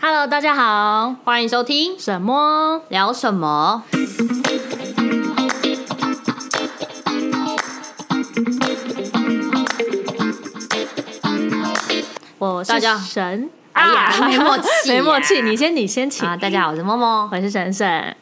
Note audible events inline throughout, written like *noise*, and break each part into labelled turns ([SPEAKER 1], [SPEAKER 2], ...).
[SPEAKER 1] Hello，大家好，
[SPEAKER 2] 欢迎收听
[SPEAKER 1] 什么？
[SPEAKER 2] 聊什 *laughs* 么？
[SPEAKER 1] 我是
[SPEAKER 2] 大家
[SPEAKER 1] 神。
[SPEAKER 2] 哎呀 *laughs* 没默契呀
[SPEAKER 1] 没默契。你先，你先请。
[SPEAKER 2] 啊，大家好，我是默默。
[SPEAKER 1] 我是神神。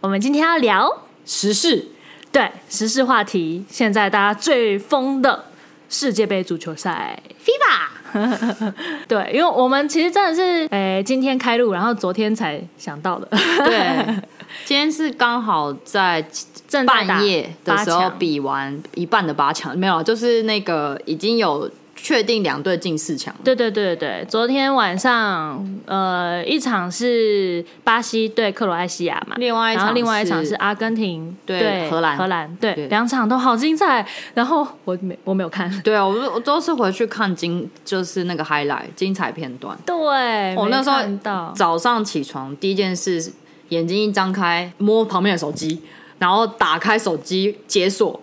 [SPEAKER 1] 我们今天要聊
[SPEAKER 2] 时事
[SPEAKER 1] 对时事话题，现在大家最疯的世界杯足球赛。
[SPEAKER 2] ，FIFA
[SPEAKER 1] 对，因为我们其实真的是，诶、今天开录，然后昨天才想到的。 *laughs*
[SPEAKER 2] 对， *laughs* 今天是刚好在
[SPEAKER 1] 正在打
[SPEAKER 2] 半夜的时
[SPEAKER 1] 八
[SPEAKER 2] 候
[SPEAKER 1] 强
[SPEAKER 2] 比完一半的八强，没有，啊就是那个已经有确定两队进四强了。
[SPEAKER 1] 对对对对对，昨天晚上呃一场是巴西对克罗埃西亚嘛，
[SPEAKER 2] 另外一
[SPEAKER 1] 然后
[SPEAKER 2] 场
[SPEAKER 1] 另外一场
[SPEAKER 2] 是
[SPEAKER 1] 是阿根廷
[SPEAKER 2] 对荷兰
[SPEAKER 1] 荷兰对
[SPEAKER 2] 对
[SPEAKER 1] 两场都好精彩，然后我没我没
[SPEAKER 2] *laughs*
[SPEAKER 1] 有看，
[SPEAKER 2] 对啊，我都我都是回去看精，就是那个 highlight 精彩片段。
[SPEAKER 1] 对，
[SPEAKER 2] 我
[SPEAKER 1] 没
[SPEAKER 2] 那时
[SPEAKER 1] 看
[SPEAKER 2] 候
[SPEAKER 1] 到
[SPEAKER 2] 早上起床第一件事，眼睛一张开，摸旁边的手机，然后打开手机解锁，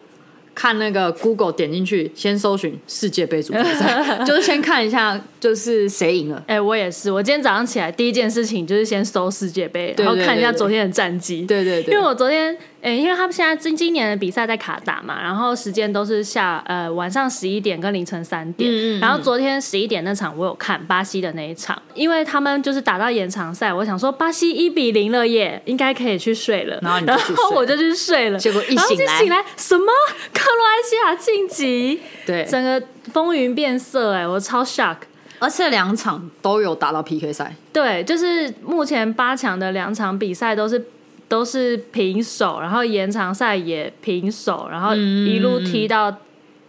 [SPEAKER 2] 看那个 Google 点进去，先搜寻世界杯足球
[SPEAKER 1] *laughs*
[SPEAKER 2] 赛，就是先看一下就是谁赢了。
[SPEAKER 1] 哎、我也是，我今天早上起来第一件事情就是先搜世界杯，
[SPEAKER 2] 对
[SPEAKER 1] 然
[SPEAKER 2] 对
[SPEAKER 1] 后看一下
[SPEAKER 2] 对对
[SPEAKER 1] 昨天的战绩，
[SPEAKER 2] 对对对
[SPEAKER 1] 因为，我昨天，诶、因为他们现在今今年的比赛在卡达嘛，然后时间都是下呃晚上十一点跟凌晨三点，
[SPEAKER 2] 嗯嗯嗯
[SPEAKER 1] 然后昨天十一点那场我有看巴西的那一场，因为他们就是打到延长赛，我想说巴西一比零了耶，应该可以去睡了，
[SPEAKER 2] 然后你就去睡了
[SPEAKER 1] 我就去睡了，
[SPEAKER 2] 结果一
[SPEAKER 1] 然后就
[SPEAKER 2] 醒来
[SPEAKER 1] 醒来什么克罗埃西亚晋级，
[SPEAKER 2] 对，
[SPEAKER 1] 整个风云变色、哎，我超 shock。
[SPEAKER 2] 而且两场都有打到 PK 赛，
[SPEAKER 1] 对，就是目前八强的两场比赛都是都是平手，然后延长赛也平手，然后
[SPEAKER 2] 嗯
[SPEAKER 1] 一路踢到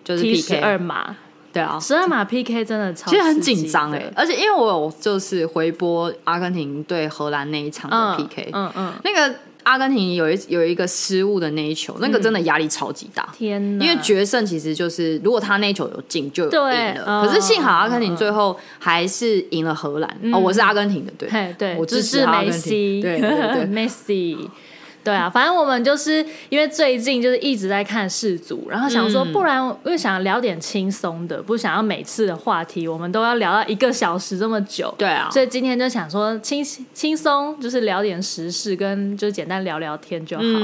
[SPEAKER 2] 就是
[SPEAKER 1] T 十
[SPEAKER 2] PK
[SPEAKER 1] 二。码，
[SPEAKER 2] 对啊，
[SPEAKER 1] 十二码 PK 真的超
[SPEAKER 2] 其实很
[SPEAKER 1] 刺激
[SPEAKER 2] 紧张哎、
[SPEAKER 1] 的
[SPEAKER 2] 而且因为我有就是回播阿根廷对荷兰那一场的
[SPEAKER 1] 嗯
[SPEAKER 2] PK，、
[SPEAKER 1] 嗯嗯，
[SPEAKER 2] 那个阿根廷有一有一个失误的那一球，那
[SPEAKER 1] 嗯
[SPEAKER 2] 个真的压力超级大。
[SPEAKER 1] 天哪，
[SPEAKER 2] 因为决胜其实就是，如果他那一球有进就赢
[SPEAKER 1] 对
[SPEAKER 2] 了，
[SPEAKER 1] 嗯
[SPEAKER 2] 可是幸好阿根廷最后还是赢了荷兰。哦，我是阿根廷的，对
[SPEAKER 1] 嗯嘿，对，
[SPEAKER 2] 我支
[SPEAKER 1] 支
[SPEAKER 2] 持
[SPEAKER 1] 持
[SPEAKER 2] 阿
[SPEAKER 1] 梅
[SPEAKER 2] 根廷，
[SPEAKER 1] 西，
[SPEAKER 2] 对对对对，
[SPEAKER 1] *laughs* 梅西。对啊，反正我们就是因为最近就是一直在看世足，然后想说，
[SPEAKER 2] 嗯
[SPEAKER 1] 不然因为想聊点轻松的，不想要每次的话题我们都要聊到一个小时这么久。
[SPEAKER 2] 对啊
[SPEAKER 1] 所以今天就想说轻轻松，就是聊点时事，跟就简单聊聊天就好。
[SPEAKER 2] 嗯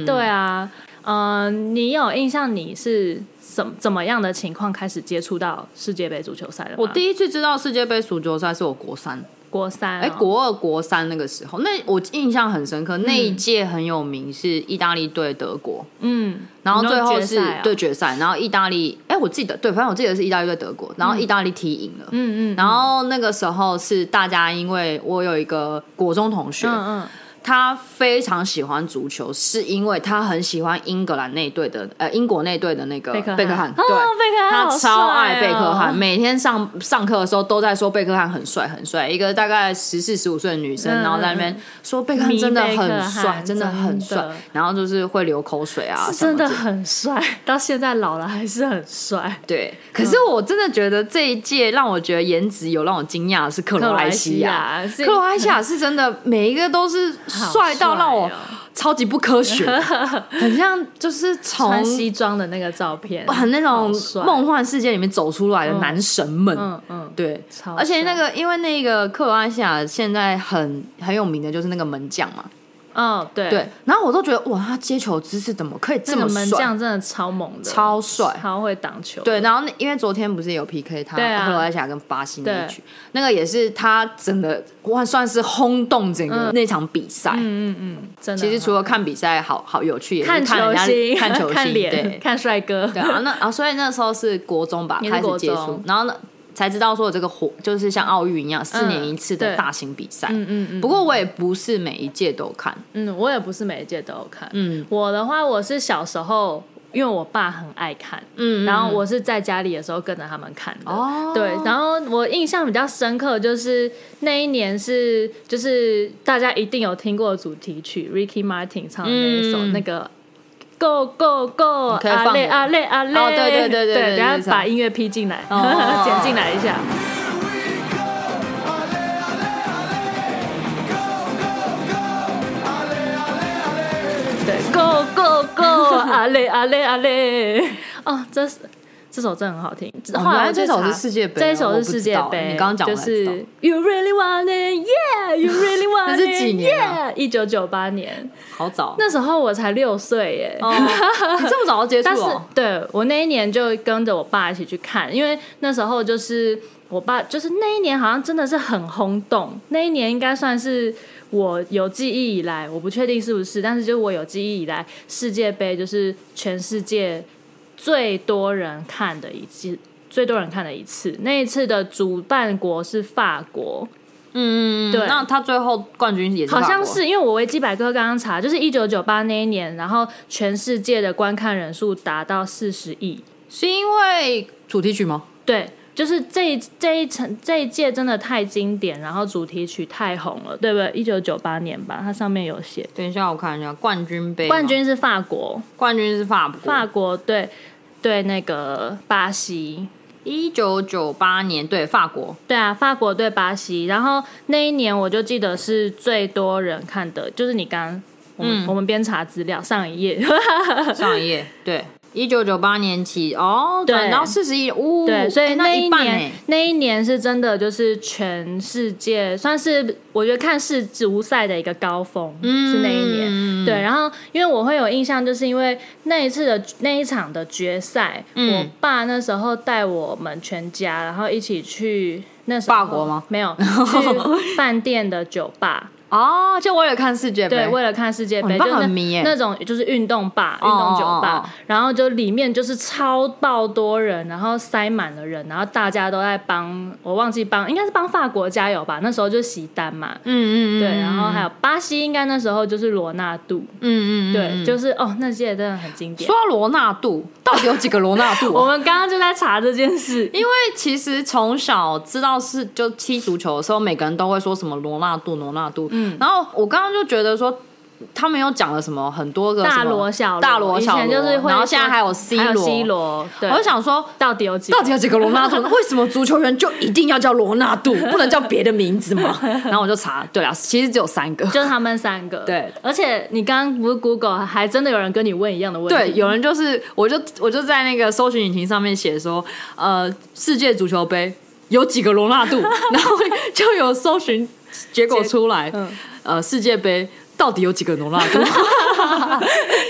[SPEAKER 2] 嗯嗯，
[SPEAKER 1] 对啊，嗯、你有印象你是怎怎么样的情况开始接触到世界杯足球赛的吗？
[SPEAKER 2] 我第一次知道世界杯足球赛是我国三，
[SPEAKER 1] 国三、哦
[SPEAKER 2] 哎，国二国三那个时候，那我印象很深刻，那一届很有名是意大利对德国，
[SPEAKER 1] 嗯，
[SPEAKER 2] 然后最后
[SPEAKER 1] 你说
[SPEAKER 2] 是
[SPEAKER 1] 决赛啊
[SPEAKER 2] 对决赛，然后意大利，哎，我记得对，反正我记得是意大利对德国，然后意大利踢赢了，
[SPEAKER 1] 嗯嗯，
[SPEAKER 2] 然后那个时候是大家，因为我有一个国中同学，
[SPEAKER 1] 嗯嗯。
[SPEAKER 2] 他非常喜欢足球，是因为他很喜欢英格兰那队的，呃，英国那队的那个
[SPEAKER 1] 贝克汉
[SPEAKER 2] 贝克汉，
[SPEAKER 1] 哦
[SPEAKER 2] 对，
[SPEAKER 1] 贝克汉
[SPEAKER 2] 他
[SPEAKER 1] 好
[SPEAKER 2] 超
[SPEAKER 1] 帅
[SPEAKER 2] 爱
[SPEAKER 1] 哦
[SPEAKER 2] 贝克汉，每天上上课的时候都在说贝克汉很帅很帅，一个大概十四十五岁的女生，
[SPEAKER 1] 嗯
[SPEAKER 2] 然后在那边说贝克汉
[SPEAKER 1] 迷
[SPEAKER 2] 真的
[SPEAKER 1] 贝克
[SPEAKER 2] 很
[SPEAKER 1] 汉
[SPEAKER 2] 帅，真的很
[SPEAKER 1] 真的
[SPEAKER 2] 帅，然后就是会流口水啊，
[SPEAKER 1] 是真的很帅，到现在老了还是很帅。
[SPEAKER 2] 对，可是我真的觉得这一届让我觉得颜值有让我惊讶的是克罗埃西亚，
[SPEAKER 1] 克罗埃西亚
[SPEAKER 2] 克罗埃西亚是真的每一个都是帅到让我
[SPEAKER 1] 好帅哦
[SPEAKER 2] 超级不科
[SPEAKER 1] *laughs*
[SPEAKER 2] 学，很像就是从
[SPEAKER 1] 穿西装的那个照片，
[SPEAKER 2] 很那种
[SPEAKER 1] 好帅
[SPEAKER 2] 梦幻世界里面走出来的男神们。
[SPEAKER 1] 嗯嗯，
[SPEAKER 2] 对
[SPEAKER 1] 超，
[SPEAKER 2] 而且那
[SPEAKER 1] 帅
[SPEAKER 2] 个因为那个克罗埃西亚现在很很有名的就是那个门将嘛，
[SPEAKER 1] 哦对
[SPEAKER 2] 对，，然后我都觉得哇，他接球姿势怎么可以这
[SPEAKER 1] 那个
[SPEAKER 2] 么
[SPEAKER 1] 门
[SPEAKER 2] 帅？
[SPEAKER 1] 将真的超猛的，
[SPEAKER 2] 超帅
[SPEAKER 1] 超会挡球。
[SPEAKER 2] 对，然后那因为昨天不是有 PK 他
[SPEAKER 1] 对啊
[SPEAKER 2] 克罗埃西亚跟巴西那
[SPEAKER 1] 对
[SPEAKER 2] 一局，那个也是他整个哇算是轰动整个那场比赛。
[SPEAKER 1] 嗯嗯嗯，真的。
[SPEAKER 2] 其实除了看比赛好好有趣，也是
[SPEAKER 1] 看球
[SPEAKER 2] 人家
[SPEAKER 1] 星、
[SPEAKER 2] 看球星，
[SPEAKER 1] 脸、
[SPEAKER 2] 对
[SPEAKER 1] *laughs* 看帅哥，
[SPEAKER 2] 对啊，那啊，所以那时候是国中吧
[SPEAKER 1] 也是
[SPEAKER 2] 开始
[SPEAKER 1] 国
[SPEAKER 2] 接触
[SPEAKER 1] 中，
[SPEAKER 2] 然后呢才知道说有这个活就是像奥运一样四
[SPEAKER 1] 嗯
[SPEAKER 2] 年一次
[SPEAKER 1] 对
[SPEAKER 2] 的大型比赛。
[SPEAKER 1] 嗯嗯嗯。
[SPEAKER 2] 不过我也不是每一届都看，
[SPEAKER 1] 嗯，我也不是每一届都有看。
[SPEAKER 2] 嗯
[SPEAKER 1] 我的话，我是小时候，因为我爸很爱看，
[SPEAKER 2] 嗯
[SPEAKER 1] 然后我是在家里的时候跟着他们看的。
[SPEAKER 2] 哦
[SPEAKER 1] 对，然后我印象比较深刻的就是那一年是就是大家一定有听过的主题曲，Ricky Martin 唱的那一首、
[SPEAKER 2] 嗯
[SPEAKER 1] 那个。Go go go！
[SPEAKER 2] 可以放
[SPEAKER 1] 啊累
[SPEAKER 2] 我
[SPEAKER 1] 啊累啊累！
[SPEAKER 2] 哦对对对对对
[SPEAKER 1] 对，
[SPEAKER 2] 对
[SPEAKER 1] 等
[SPEAKER 2] 这
[SPEAKER 1] 下
[SPEAKER 2] 首
[SPEAKER 1] 把音乐 P 进来
[SPEAKER 2] 哦哦哦，
[SPEAKER 1] *laughs* 剪进来一下。对，Go Go Go！啊嘞啊嘞啊嘞！哦，这是这首真的很好听。
[SPEAKER 2] 哦
[SPEAKER 1] 后
[SPEAKER 2] 原
[SPEAKER 1] 来
[SPEAKER 2] 来
[SPEAKER 1] 我去
[SPEAKER 2] 这首
[SPEAKER 1] 查
[SPEAKER 2] 是世界杯哦
[SPEAKER 1] 这一首
[SPEAKER 2] 我
[SPEAKER 1] 是
[SPEAKER 2] 不
[SPEAKER 1] 世
[SPEAKER 2] 知
[SPEAKER 1] 界
[SPEAKER 2] 道
[SPEAKER 1] 杯。
[SPEAKER 2] 你刚刚讲
[SPEAKER 1] 就
[SPEAKER 2] 我才知道
[SPEAKER 1] 是 You really want it, yeah！
[SPEAKER 2] *laughs* 几年啊？
[SPEAKER 1] 一九九八年，
[SPEAKER 2] 好早，
[SPEAKER 1] 那时候我才六岁耶。
[SPEAKER 2] 哦，你这么早就接
[SPEAKER 1] 但
[SPEAKER 2] 触
[SPEAKER 1] 是
[SPEAKER 2] 哦？
[SPEAKER 1] 对我那一年就跟着我爸一起去看，因为那时候就是我爸，就是那一年好像真的是很轰动，那一年应该算是我有记忆以来，我不确定是不是，但是就是我有记忆以来，世界杯就是全世界最多人看的一次。最多人看的一次，那一次的主办国是法国，
[SPEAKER 2] 嗯，
[SPEAKER 1] 对
[SPEAKER 2] 那他最后冠军也是
[SPEAKER 1] 好
[SPEAKER 2] 法
[SPEAKER 1] 像
[SPEAKER 2] 国
[SPEAKER 1] 是因为我维基百科刚刚查，就是一九九八那一年，然后全世界的观看人数达到四十亿，
[SPEAKER 2] 是因为主题曲吗？
[SPEAKER 1] 对，就是这一这一层这一届真的太经典，然后主题曲太红了，对不对？一九九八年吧，它上面有写，
[SPEAKER 2] 等一下，我看一下冠军杯吗，
[SPEAKER 1] 冠军是法国，
[SPEAKER 2] 冠军是法国，
[SPEAKER 1] 法国对对那个巴西，
[SPEAKER 2] 一九九八年对法国，
[SPEAKER 1] 对啊，法国对巴西，然后那一年我就记得是最多人看的，就是你刚我
[SPEAKER 2] 嗯
[SPEAKER 1] 们、我们边查资料上一页， *laughs*
[SPEAKER 2] 上一页对，一九九八年起哦，
[SPEAKER 1] 对
[SPEAKER 2] 转到四十一，呜，
[SPEAKER 1] 对，所以
[SPEAKER 2] 哎那
[SPEAKER 1] 一
[SPEAKER 2] 半
[SPEAKER 1] 年、
[SPEAKER 2] 哎
[SPEAKER 1] 那一年是真的就是全世界算是我觉得看世足赛的一个高峰，是那一
[SPEAKER 2] 嗯
[SPEAKER 1] 年。对，然后因为我会有印象，就是因为那一次的那一场的决赛，
[SPEAKER 2] 嗯
[SPEAKER 1] 我爸那时候带我们全家，然后一起去那时候
[SPEAKER 2] 法国吗？
[SPEAKER 1] 没有，去饭店的酒
[SPEAKER 2] *laughs*
[SPEAKER 1] 吧。
[SPEAKER 2] 哦，就我有看世界
[SPEAKER 1] 对，
[SPEAKER 2] 杯，
[SPEAKER 1] 为了看世界
[SPEAKER 2] 哦
[SPEAKER 1] 杯，
[SPEAKER 2] 你爸
[SPEAKER 1] 就是
[SPEAKER 2] 很迷耶
[SPEAKER 1] 那种就是运动吧、运动酒
[SPEAKER 2] 哦哦
[SPEAKER 1] 吧，
[SPEAKER 2] 哦
[SPEAKER 1] 然后就里面就是超爆多人，然后塞满了人，然后大家都在帮我忘记帮，应该是帮法国加油吧。那时候就席丹嘛，
[SPEAKER 2] 嗯嗯嗯，
[SPEAKER 1] 对，然后还有巴西，应该那时候就是罗纳度，
[SPEAKER 2] 嗯嗯嗯，
[SPEAKER 1] 对，
[SPEAKER 2] 嗯
[SPEAKER 1] 就是哦，那届真的很经典
[SPEAKER 2] 说。到罗纳度，到底有几个罗纳 *laughs* 度、
[SPEAKER 1] 我
[SPEAKER 2] 啊？
[SPEAKER 1] 们刚刚就在查这件事，
[SPEAKER 2] 因为其实从小知道是就踢足球的时候，每个人都会说什么罗纳度、罗纳度。嗯，然后我刚刚就觉得说，他们又讲了什么很多个什么
[SPEAKER 1] 大罗小罗
[SPEAKER 2] 大罗小
[SPEAKER 1] 以
[SPEAKER 2] 罗，
[SPEAKER 1] 前就是会
[SPEAKER 2] 然后现在还有 C
[SPEAKER 1] 说还有
[SPEAKER 2] 罗
[SPEAKER 1] C 罗，对，
[SPEAKER 2] 我就想说。
[SPEAKER 1] 到底有几个
[SPEAKER 2] 到底有几个罗纳 *laughs* 度？为什么足球员就一定要叫罗纳度，不能叫别的名字 *laughs* 吗？然后我就查，对啦，其实只有三个。
[SPEAKER 1] 就是他们三个，
[SPEAKER 2] 对
[SPEAKER 1] 而且你刚刚不是 Google，还真的有人跟你问一样的问题，
[SPEAKER 2] 对，有人就是，我就我就在那个搜寻引擎上面写说，呃，世界足球杯有几个容纳 *laughs* 度，然后就有搜寻结果出来，
[SPEAKER 1] 嗯
[SPEAKER 2] 呃，世界杯到底有几个容纳度？
[SPEAKER 1] *laughs*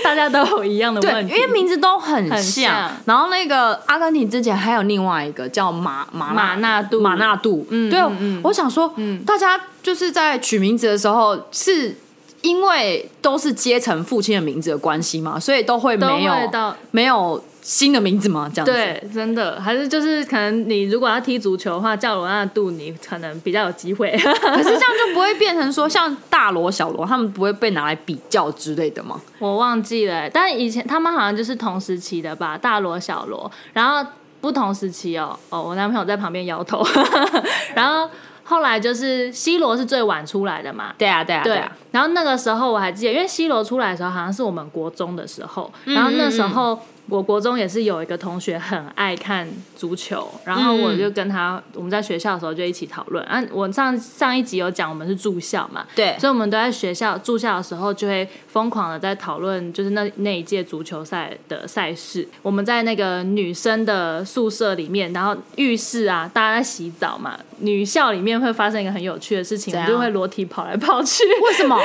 [SPEAKER 1] 大家都有一样的
[SPEAKER 2] 对，
[SPEAKER 1] 问
[SPEAKER 2] 因
[SPEAKER 1] 题，
[SPEAKER 2] 为名字都很像。
[SPEAKER 1] 很像
[SPEAKER 2] 然后那个阿根廷之前还有另外一个叫马马
[SPEAKER 1] 马纳度
[SPEAKER 2] 马纳度，嗯对，我想说，大家就是在取名字的时候是。因为都是阶层父亲的名字的关系嘛，所以都会
[SPEAKER 1] 都
[SPEAKER 2] 没有嗯
[SPEAKER 1] 会到
[SPEAKER 2] 没有新的名字吗？这样子， *laughs*
[SPEAKER 1] 对，真的还是就是可能你如果要踢足球的话，叫罗纳度，你可能比较有机会。
[SPEAKER 2] 可是这样就不会变成说像大罗、小罗，他们不会被拿来比较之类的吗？
[SPEAKER 1] 我忘记了欸，但以前他们好像就是同时期的吧，大罗、小罗，然后不同时期哦。哦，我男朋友在旁边摇头， *laughs* 然后后来就是 C 罗是最晚出来的嘛，
[SPEAKER 2] 对啊，对啊，
[SPEAKER 1] 对
[SPEAKER 2] 啊，，
[SPEAKER 1] 然后那个时候我还记得，因为 C 罗出来的时候好像是我们国中的时候，
[SPEAKER 2] 嗯
[SPEAKER 1] 然后那时候我国中也是有一个同学很爱看足球，然后我
[SPEAKER 2] 嗯
[SPEAKER 1] 就跟他，我们在学校的时候就一起讨论。啊，我上上一集有讲我们是住校嘛，
[SPEAKER 2] 对啊
[SPEAKER 1] 所以我们都在学校住校的时候就会疯狂的在讨论，就是那那一届足球赛的赛事。我们在那个女生的宿舍里面，然后浴室啊，大家在洗澡嘛，女校里面会发生一个很有趣的事情，我
[SPEAKER 2] 怎样
[SPEAKER 1] 们就会裸体跑来跑去。
[SPEAKER 2] 为什么？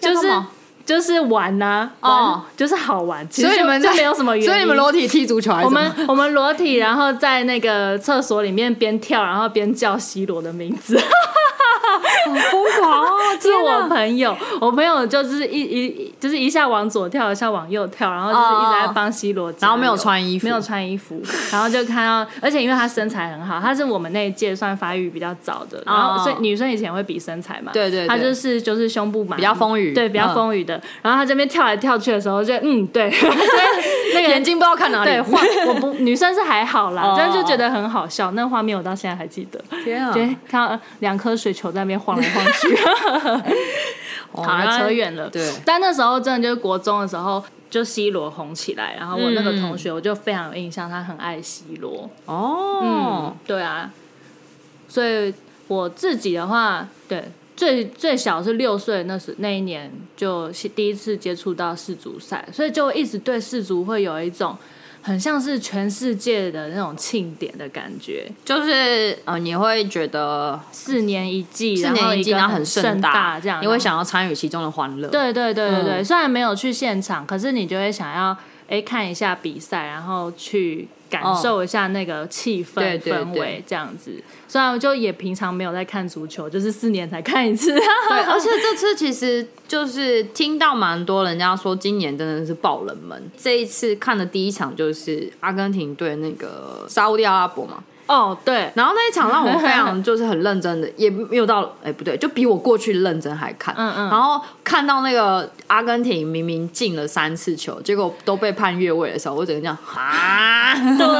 [SPEAKER 1] 就是
[SPEAKER 2] 要干嘛
[SPEAKER 1] 就是玩呐、玩
[SPEAKER 2] 哦
[SPEAKER 1] 就是好玩。其实
[SPEAKER 2] 所以你们
[SPEAKER 1] 就
[SPEAKER 2] 在
[SPEAKER 1] 就没有什么原因，
[SPEAKER 2] 所以你们裸体踢足球还是
[SPEAKER 1] 我
[SPEAKER 2] 什么？
[SPEAKER 1] 们我们裸体，然后在那个厕所里面边跳，然后边叫 C 罗的名字。
[SPEAKER 2] 好疯狂哦！
[SPEAKER 1] 是
[SPEAKER 2] 天
[SPEAKER 1] 我
[SPEAKER 2] 哪！
[SPEAKER 1] 朋友，我朋友就是一一就是一下往左跳，一下往右跳，然后就是一直在帮 C 罗加油，
[SPEAKER 2] 然后没有穿衣服
[SPEAKER 1] 没有穿衣服，然后就看到，而且因为他身材很好，他是我们那一届算发育比较早的，然后
[SPEAKER 2] 哦
[SPEAKER 1] 所以女生以前会比身材嘛，
[SPEAKER 2] 对对对
[SPEAKER 1] 他就是就是胸部嘛，
[SPEAKER 2] 比较丰腴
[SPEAKER 1] 对，比较
[SPEAKER 2] 嗯
[SPEAKER 1] 丰腴的，然后他这边跳来跳去的时候就，嗯，对， *laughs* 那
[SPEAKER 2] *laughs*
[SPEAKER 1] 个
[SPEAKER 2] 眼睛不知道看哪里。
[SPEAKER 1] 对画，我不女生是还好啦
[SPEAKER 2] 哦，
[SPEAKER 1] 但就觉得很好笑，那画面我到现在还记得，
[SPEAKER 2] 天啊！
[SPEAKER 1] 对，看到呃两颗水球在那边晃来晃去。
[SPEAKER 2] 好
[SPEAKER 1] 好，哦扯远了。
[SPEAKER 2] 对
[SPEAKER 1] 但那时候真的就是国中的时候，就 C 罗红起来，然后我那个
[SPEAKER 2] 嗯
[SPEAKER 1] 同学我就非常有印象，他很爱 C 罗。
[SPEAKER 2] 哦，
[SPEAKER 1] 对啊，所以我自己的话，对最最小是六岁那时那一年就第一次接触到世足赛，所以就一直对世足会有一种。很像是全世界的那种庆典的感觉，
[SPEAKER 2] 就是呃，你会觉得
[SPEAKER 1] 四年一季，
[SPEAKER 2] 四年一季，
[SPEAKER 1] 然
[SPEAKER 2] 然后
[SPEAKER 1] 后一个很
[SPEAKER 2] 盛
[SPEAKER 1] 大这样，
[SPEAKER 2] 你会想要参与其中的欢乐。，
[SPEAKER 1] 对对对对对，
[SPEAKER 2] 嗯
[SPEAKER 1] 虽然没有去现场，可是你就会想要哎看一下比赛，然后去感受一下那个气氛、
[SPEAKER 2] 对对
[SPEAKER 1] 氛围
[SPEAKER 2] 对
[SPEAKER 1] 这样子。虽然我就也平常没有在看足球，就是四年才看一次。
[SPEAKER 2] 对，而
[SPEAKER 1] 哦
[SPEAKER 2] 且哦这次其实就是听到蛮多人家说，今年真的是爆冷门。这一次看的第一场就是阿根廷对那个沙烏地阿拉伯嘛，
[SPEAKER 1] 哦，对，
[SPEAKER 2] 然后那一场让我非常就是很认真的，也没有到哎、不对，就比我过去认真还看。
[SPEAKER 1] 嗯嗯
[SPEAKER 2] 然后看到那个阿根廷明明进了三次球，结果都被判越位的时候，我整个这样啊，
[SPEAKER 1] 对，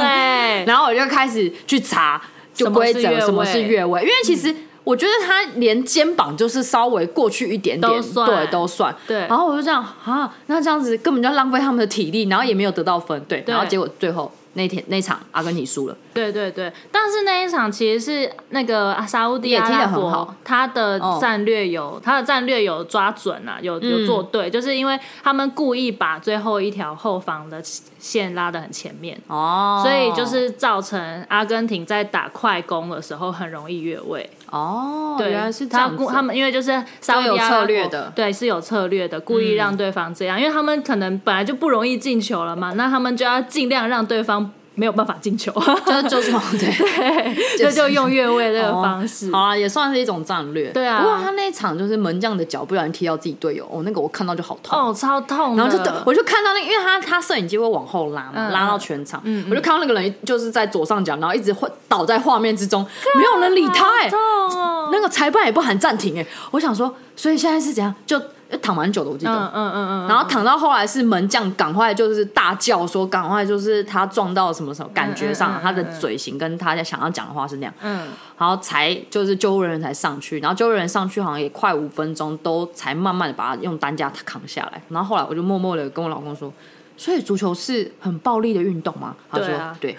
[SPEAKER 2] 然后我就开始去查就规则
[SPEAKER 1] 什
[SPEAKER 2] 什
[SPEAKER 1] 么
[SPEAKER 2] 么
[SPEAKER 1] 是嗯
[SPEAKER 2] 是
[SPEAKER 1] 越
[SPEAKER 2] 越位，因为其实我觉得他连肩膀就是稍微过去一点点，
[SPEAKER 1] 都算
[SPEAKER 2] 对，都算。
[SPEAKER 1] 对
[SPEAKER 2] 然后我就这样啊，那这样子根本就浪费他们的体力，然后也没有得到分，对。
[SPEAKER 1] 对
[SPEAKER 2] 然后结果最后那天那场阿根廷输了，
[SPEAKER 1] 对对对，但是那一场其实是那个啊沙乌地
[SPEAKER 2] 也
[SPEAKER 1] 阿
[SPEAKER 2] 踢得
[SPEAKER 1] 拉
[SPEAKER 2] 很
[SPEAKER 1] 伯
[SPEAKER 2] 好，
[SPEAKER 1] 他的
[SPEAKER 2] 哦
[SPEAKER 1] 战略有、他的战略有抓准啊，有有做对，就是因为他们故意把最后一条后防的线拉得很前面，
[SPEAKER 2] 哦，
[SPEAKER 1] 所以就是造成阿根廷在打快攻的时候很容易越位。
[SPEAKER 2] 哦，
[SPEAKER 1] 对，
[SPEAKER 2] 原来是这
[SPEAKER 1] 他
[SPEAKER 2] 样子
[SPEAKER 1] 故他们因为就是稍
[SPEAKER 2] 都有策略的嗯
[SPEAKER 1] 对，是有策略的，故意让对方这样，因为他们可能本来就不容易进球
[SPEAKER 2] *laughs*
[SPEAKER 1] 了嘛，那他们就要尽量让对方没有办法进球，
[SPEAKER 2] 就
[SPEAKER 1] *laughs*
[SPEAKER 2] 就是对，
[SPEAKER 1] 这就用越位这个
[SPEAKER 2] 哦
[SPEAKER 1] 方式。
[SPEAKER 2] 好啊，也算是一种战略。
[SPEAKER 1] 对啊
[SPEAKER 2] 不过他那一场就是门将的脚不小心踢到自己队友，哦，那个我看到就好痛。
[SPEAKER 1] 哦，超痛的！
[SPEAKER 2] 然后就等，我就看到那个，因为他他摄影机会往后拉嘛，
[SPEAKER 1] 嗯
[SPEAKER 2] 拉到全场，我就看到那个人就是在左上角，然后一直会倒在画面之中，没有人理他、
[SPEAKER 1] 好
[SPEAKER 2] 哎
[SPEAKER 1] 痛，哦！
[SPEAKER 2] 那个裁判也不喊暂停、哎，我想说，所以现在是怎样？就躺蛮久的，我记得。
[SPEAKER 1] 嗯嗯嗯嗯，
[SPEAKER 2] 然后躺到后来是门将，赶快就是大叫说，赶快就是他撞到什么什么，感觉上、
[SPEAKER 1] 嗯嗯嗯
[SPEAKER 2] 他的嘴型跟他想要讲的话是那样，
[SPEAKER 1] 嗯，
[SPEAKER 2] 然后才就是救护人员才上去，然后救护人员上去好像也快五分钟，都才慢慢的把他用担架扛下来。然后后来我就默默的跟我老公说，所以足球是很暴力的运动吗？他说
[SPEAKER 1] 对啊
[SPEAKER 2] 对，
[SPEAKER 1] *laughs*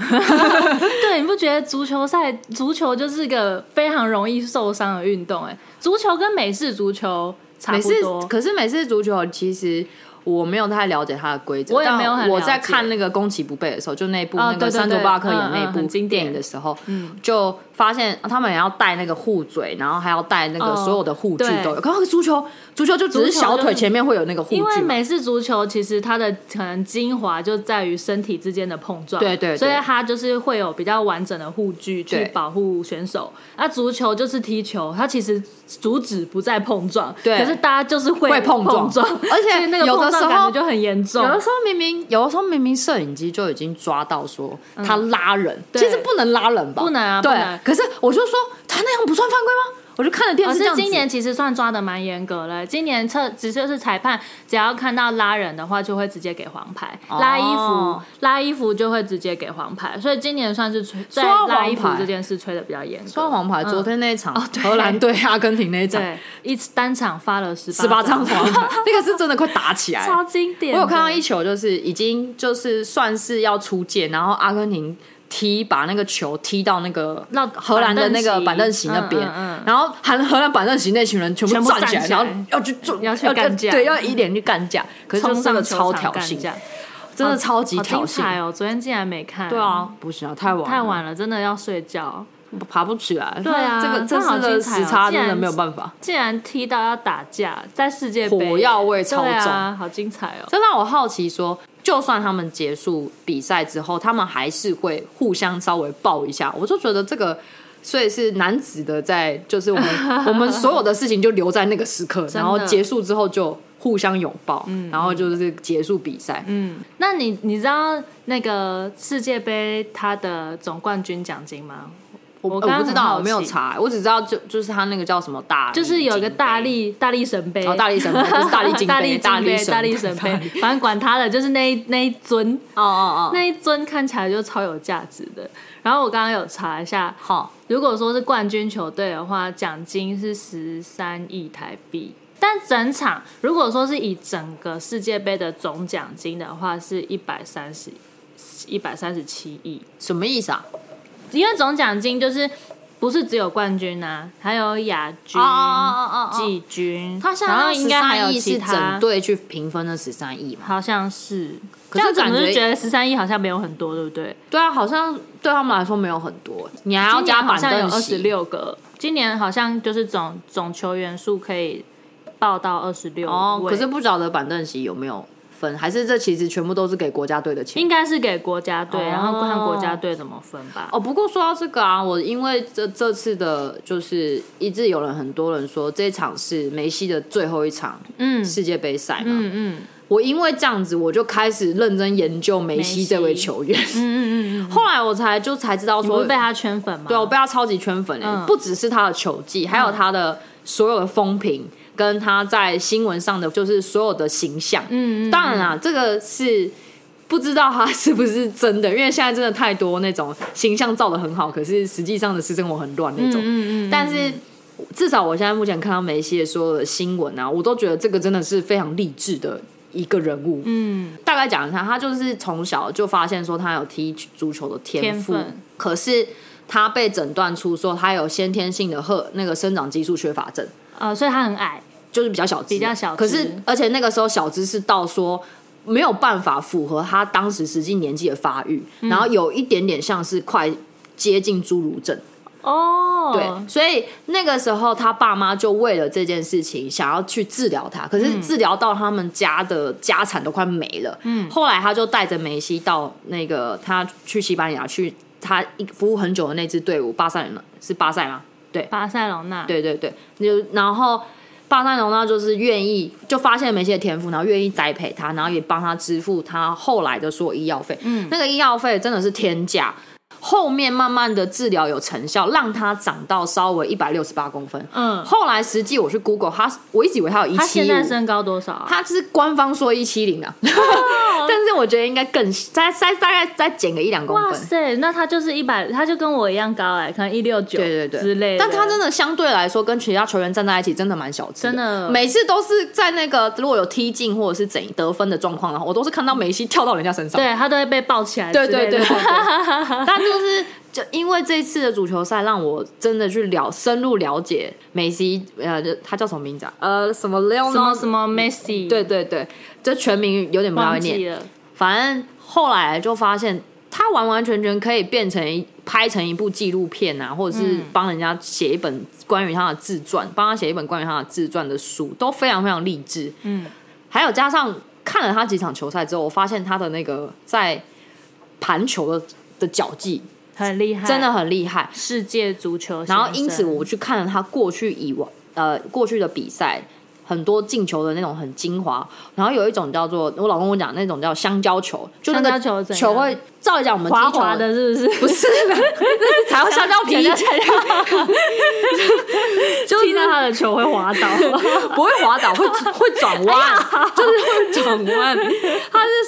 [SPEAKER 1] 对，你不觉得足球赛足球就是个非常容易受伤的运动？哎，足球跟美式足球差
[SPEAKER 2] 每
[SPEAKER 1] 不
[SPEAKER 2] 次
[SPEAKER 1] 多，
[SPEAKER 2] 可是每次足球其实。我没有太了解它的规则，
[SPEAKER 1] 我也没有
[SPEAKER 2] 但
[SPEAKER 1] 很了解
[SPEAKER 2] 我在看那个攻其不备的时候，就那部
[SPEAKER 1] 哦
[SPEAKER 2] 那个
[SPEAKER 1] 对对对
[SPEAKER 2] 山卓巴克演
[SPEAKER 1] 嗯
[SPEAKER 2] 那
[SPEAKER 1] 嗯
[SPEAKER 2] 部
[SPEAKER 1] 很经
[SPEAKER 2] 电
[SPEAKER 1] 典嗯
[SPEAKER 2] 影的时候，就发现啊他们也要带那个护嘴，然后还要带那
[SPEAKER 1] 哦
[SPEAKER 2] 个所有的护具
[SPEAKER 1] 对
[SPEAKER 2] 都有。可是足球足球就只是
[SPEAKER 1] 足球
[SPEAKER 2] 小
[SPEAKER 1] 就是
[SPEAKER 2] 腿前面会有那个护具
[SPEAKER 1] 因
[SPEAKER 2] 嘛，
[SPEAKER 1] 为美式足球其实它的可能精华就在于身体之间的碰撞，
[SPEAKER 2] 对对对
[SPEAKER 1] 所以它就是会有比较完整的护具去
[SPEAKER 2] 对
[SPEAKER 1] 保护选手。那足球就是踢球，它其实主旨不在碰撞，
[SPEAKER 2] 对
[SPEAKER 1] 可是大家就是会
[SPEAKER 2] 会
[SPEAKER 1] 碰
[SPEAKER 2] 碰撞而且
[SPEAKER 1] *laughs* 所以那个
[SPEAKER 2] 有的
[SPEAKER 1] 碰撞
[SPEAKER 2] 时候
[SPEAKER 1] 感觉就很严重
[SPEAKER 2] 有。的时候明明有的时候明明摄影机就已经抓到说他拉人，
[SPEAKER 1] 对
[SPEAKER 2] 其实嗯不能拉人吧？
[SPEAKER 1] 不能啊
[SPEAKER 2] 对
[SPEAKER 1] 不能。
[SPEAKER 2] 可是我就说他那样不算犯规吗？我就看了电
[SPEAKER 1] 可
[SPEAKER 2] 视这
[SPEAKER 1] 哦是
[SPEAKER 2] 样子。
[SPEAKER 1] 今年其实算抓的蛮严格了，今年测只是就是裁判只要看到拉人的话，就会直接给黄牌；
[SPEAKER 2] 哦
[SPEAKER 1] 拉衣服拉衣服就会直接给黄牌，所以今年算是吹在
[SPEAKER 2] 到
[SPEAKER 1] 拉
[SPEAKER 2] 黄
[SPEAKER 1] 衣服
[SPEAKER 2] 牌
[SPEAKER 1] 这件事吹的比较严格。
[SPEAKER 2] 说到黄牌，昨天那一场荷兰嗯哦对阿根廷那一场，
[SPEAKER 1] 对，一次单场发了十八
[SPEAKER 2] 十八张黄 *laughs* 牌，那个是真的快打起来了。
[SPEAKER 1] 超经典
[SPEAKER 2] 我
[SPEAKER 1] 的。
[SPEAKER 2] 有看到一球，就是已经就是算是要出界，然后阿根廷踢把那个球踢到那个
[SPEAKER 1] 那
[SPEAKER 2] 荷兰的那个
[SPEAKER 1] 板
[SPEAKER 2] 板
[SPEAKER 1] 凳
[SPEAKER 2] 凳
[SPEAKER 1] 席
[SPEAKER 2] 席那边，
[SPEAKER 1] 嗯嗯嗯
[SPEAKER 2] 然后韩荷兰板凳席那群人全
[SPEAKER 1] 全部
[SPEAKER 2] 部站起来，
[SPEAKER 1] 站起来
[SPEAKER 2] 然后要去做
[SPEAKER 1] 要去干架
[SPEAKER 2] 对，要一脸去干架，可是就
[SPEAKER 1] 冲
[SPEAKER 2] 真的
[SPEAKER 1] 上
[SPEAKER 2] 超
[SPEAKER 1] 球
[SPEAKER 2] 挑
[SPEAKER 1] 场干
[SPEAKER 2] 衅，
[SPEAKER 1] 架，哦
[SPEAKER 2] 真的超级
[SPEAKER 1] 好
[SPEAKER 2] 挑
[SPEAKER 1] 精
[SPEAKER 2] 衅。
[SPEAKER 1] 彩哦！昨天竟然没看，
[SPEAKER 2] 对，啊，不行啊，太晚
[SPEAKER 1] 太晚了，真的要睡觉。
[SPEAKER 2] 了爬不起来。
[SPEAKER 1] 对啊
[SPEAKER 2] 这个
[SPEAKER 1] 但
[SPEAKER 2] 这
[SPEAKER 1] 好
[SPEAKER 2] 次的
[SPEAKER 1] 精彩哦
[SPEAKER 2] 时差真
[SPEAKER 1] 竟
[SPEAKER 2] 的
[SPEAKER 1] 然
[SPEAKER 2] 没有办法。
[SPEAKER 1] 竟然踢到要打架，在世界杯
[SPEAKER 2] 火药味超重
[SPEAKER 1] 对啊，好精彩哦！
[SPEAKER 2] 这让我好奇说，就算他们结束比赛之后，他们还是会互相稍微抱一下，我就觉得这个。所以是男子的在，就是我
[SPEAKER 1] *laughs*
[SPEAKER 2] 们我们所有的事情就留在那个时刻，
[SPEAKER 1] 的
[SPEAKER 2] 然后结束之后就互相拥抱，然后就是结束比赛。
[SPEAKER 1] 嗯，那你你知道那个世界杯它的总冠军奖金吗？
[SPEAKER 2] 我
[SPEAKER 1] 我
[SPEAKER 2] 我
[SPEAKER 1] 刚刚
[SPEAKER 2] 不知道，
[SPEAKER 1] 很好
[SPEAKER 2] 我没有
[SPEAKER 1] 奇
[SPEAKER 2] 查，我只知道就就是他那个叫什么大力金杯，
[SPEAKER 1] 就是有一个大力大力神杯，
[SPEAKER 2] 哦大力神杯不是大力金杯
[SPEAKER 1] *laughs* 大力金
[SPEAKER 2] 大力神杯
[SPEAKER 1] 大力神杯，反正管他的，就是那一那一尊
[SPEAKER 2] 哦哦哦，
[SPEAKER 1] 那一尊看起来就超有价值的。然后我刚刚有查一下，
[SPEAKER 2] 好，
[SPEAKER 1] 如果说是冠军球队的话，奖金是十三亿台币。但整场如果说是以整个世界杯的总奖金的话，是一百三十一百三十七亿，
[SPEAKER 2] 什么意思啊？
[SPEAKER 1] 因为总奖金就是不是只有冠军啊，还有亚军、
[SPEAKER 2] 哦哦哦哦哦
[SPEAKER 1] 季军，
[SPEAKER 2] 他现在
[SPEAKER 1] 然后
[SPEAKER 2] 那
[SPEAKER 1] 应该还有
[SPEAKER 2] 13亿
[SPEAKER 1] 其
[SPEAKER 2] 是整
[SPEAKER 1] 他，
[SPEAKER 2] 队去平分了十三亿嘛？
[SPEAKER 1] 好像是。
[SPEAKER 2] 可是
[SPEAKER 1] 这样
[SPEAKER 2] 感
[SPEAKER 1] 子我
[SPEAKER 2] 觉
[SPEAKER 1] 就觉得十三亿好像没有很多，对不对？
[SPEAKER 2] 对啊，好像对他们来说没有很多，你还
[SPEAKER 1] 然
[SPEAKER 2] 要
[SPEAKER 1] 后
[SPEAKER 2] 加
[SPEAKER 1] 好
[SPEAKER 2] 板
[SPEAKER 1] 像有
[SPEAKER 2] 凳
[SPEAKER 1] 二十
[SPEAKER 2] 席，
[SPEAKER 1] 六个，今年好像就是总总球员数可以报到二十六
[SPEAKER 2] 哦，可是不晓得板凳席有没有分，还是这其实全部都是给国家队的钱。
[SPEAKER 1] 应该是给国家队，
[SPEAKER 2] 哦
[SPEAKER 1] 然后看国家队怎么分吧。
[SPEAKER 2] 哦，不过说到这个啊，我因为这这次的就是一直有人很多人说这一场是梅西的最后一场
[SPEAKER 1] 嗯
[SPEAKER 2] 世界杯赛嘛，
[SPEAKER 1] 嗯嗯
[SPEAKER 2] 我因为这样子我就开始认真研究梅
[SPEAKER 1] 梅西
[SPEAKER 2] 西这位球员，
[SPEAKER 1] 嗯嗯嗯嗯，
[SPEAKER 2] *laughs* 后来我才就才知道
[SPEAKER 1] 你不
[SPEAKER 2] 说
[SPEAKER 1] 是被他圈粉吗？
[SPEAKER 2] 对，我被他超级圈粉哎、
[SPEAKER 1] 嗯
[SPEAKER 2] 不只是他的球技，还有他的所有的风评，跟他在新闻上的就是所有的形象。
[SPEAKER 1] 嗯嗯
[SPEAKER 2] 当然啦，这个是不知道他是不是真的，因为现在真的太多那种形象造的很好，可是实际上的私生活很乱那种。
[SPEAKER 1] 嗯嗯嗯，
[SPEAKER 2] 但是至少我现在目前看到梅西的所有的新闻啊，我都觉得这个真的是非常励志的一个人物。
[SPEAKER 1] 嗯
[SPEAKER 2] 大概讲一下，他就是从小就发现说他有踢足球的天赋
[SPEAKER 1] 天分，
[SPEAKER 2] 可是他被诊断出说他有先天性的荷那个生长激素缺乏症，
[SPEAKER 1] 呃，所以他很矮，
[SPEAKER 2] 就是比较小只，
[SPEAKER 1] 比较小只
[SPEAKER 2] 可是而且那个时候小只是到说。没有办法符合他当时实际年纪的发育，然后有一点点像是快接近侏儒症，
[SPEAKER 1] 哦，
[SPEAKER 2] 对，所以那个时候他爸妈就为了这件事情想要去治疗他，可是治疗到他们家的家产都快没了。嗯，后来他就带着梅西到那个他去西班牙去他一服务很久的那支队伍巴塞人是巴塞吗？对
[SPEAKER 1] 巴塞罗那，
[SPEAKER 2] 对对对，就然后。巴塞罗那就是愿意，就发现梅西的天赋，然后愿意栽培他，然后也帮他支付他后来的所有医药费。嗯，那个医药费真的是天价，后面慢慢的治疗有成效，让他长到稍微一百六十八公分。
[SPEAKER 1] 嗯
[SPEAKER 2] 后来实际我去 Google，他我一直以为他有一
[SPEAKER 1] 他
[SPEAKER 2] 七
[SPEAKER 1] 现在
[SPEAKER 2] 五，
[SPEAKER 1] 身高多少啊？
[SPEAKER 2] 他是官方说一七零啊，*laughs*
[SPEAKER 1] 哦
[SPEAKER 2] 但是我觉得应该更再再大概再减个一两公
[SPEAKER 1] 哇
[SPEAKER 2] 分。
[SPEAKER 1] 塞，那他就是一百，他就跟我一样高哎、可能一六九，
[SPEAKER 2] 对对对，
[SPEAKER 1] 之类的。
[SPEAKER 2] 但他真的相对来说跟其他球员站在一起，真的蛮小只。
[SPEAKER 1] 真的
[SPEAKER 2] 每次都是在那个如果有踢进或者是怎得分的状况的话，我都是看到梅西跳到人家身上。
[SPEAKER 1] 对他都会被抱起来之
[SPEAKER 2] 对
[SPEAKER 1] 类的，
[SPEAKER 2] 对 *laughs* 对，但就是就因为这次的足球赛，让我真的去了深入了解梅西，呃，就他叫什么名字啊？呃，什么 Leonardo？
[SPEAKER 1] *laughs* 什么什么 Messi，
[SPEAKER 2] 对对对，这全名有点不太会
[SPEAKER 1] 忘
[SPEAKER 2] 念
[SPEAKER 1] 记。了，
[SPEAKER 2] 反正后来就发现，他完完全全可以变成一拍成一部纪录片啊，或者是帮人家写一本关于他的自传，帮他写一本关于他的自传的书，都非常非常励志。
[SPEAKER 1] 嗯，
[SPEAKER 2] 还有加上看了他几场球赛之后，我发现他的那个在盘球的的脚技
[SPEAKER 1] 很厉害，
[SPEAKER 2] 真的很厉害。
[SPEAKER 1] 世界足球先生。
[SPEAKER 2] 然后因此我去看了他过去以往呃过去的比赛。很多进球的那种很精华，然后有一种叫做我老公跟我讲那种叫香蕉球，就那
[SPEAKER 1] 香
[SPEAKER 2] 个
[SPEAKER 1] 蕉球怎样
[SPEAKER 2] 球会照理讲我们踢
[SPEAKER 1] 滑
[SPEAKER 2] 球啊
[SPEAKER 1] 滑的，是 *laughs* 不是？
[SPEAKER 2] 不是啦，那是才会香蕉皮，
[SPEAKER 1] 香 *laughs*
[SPEAKER 2] 就
[SPEAKER 1] 踢到他的球会滑倒，
[SPEAKER 2] *laughs* 不会滑倒，会会转
[SPEAKER 1] 哎
[SPEAKER 2] 弯，就是会转弯。他是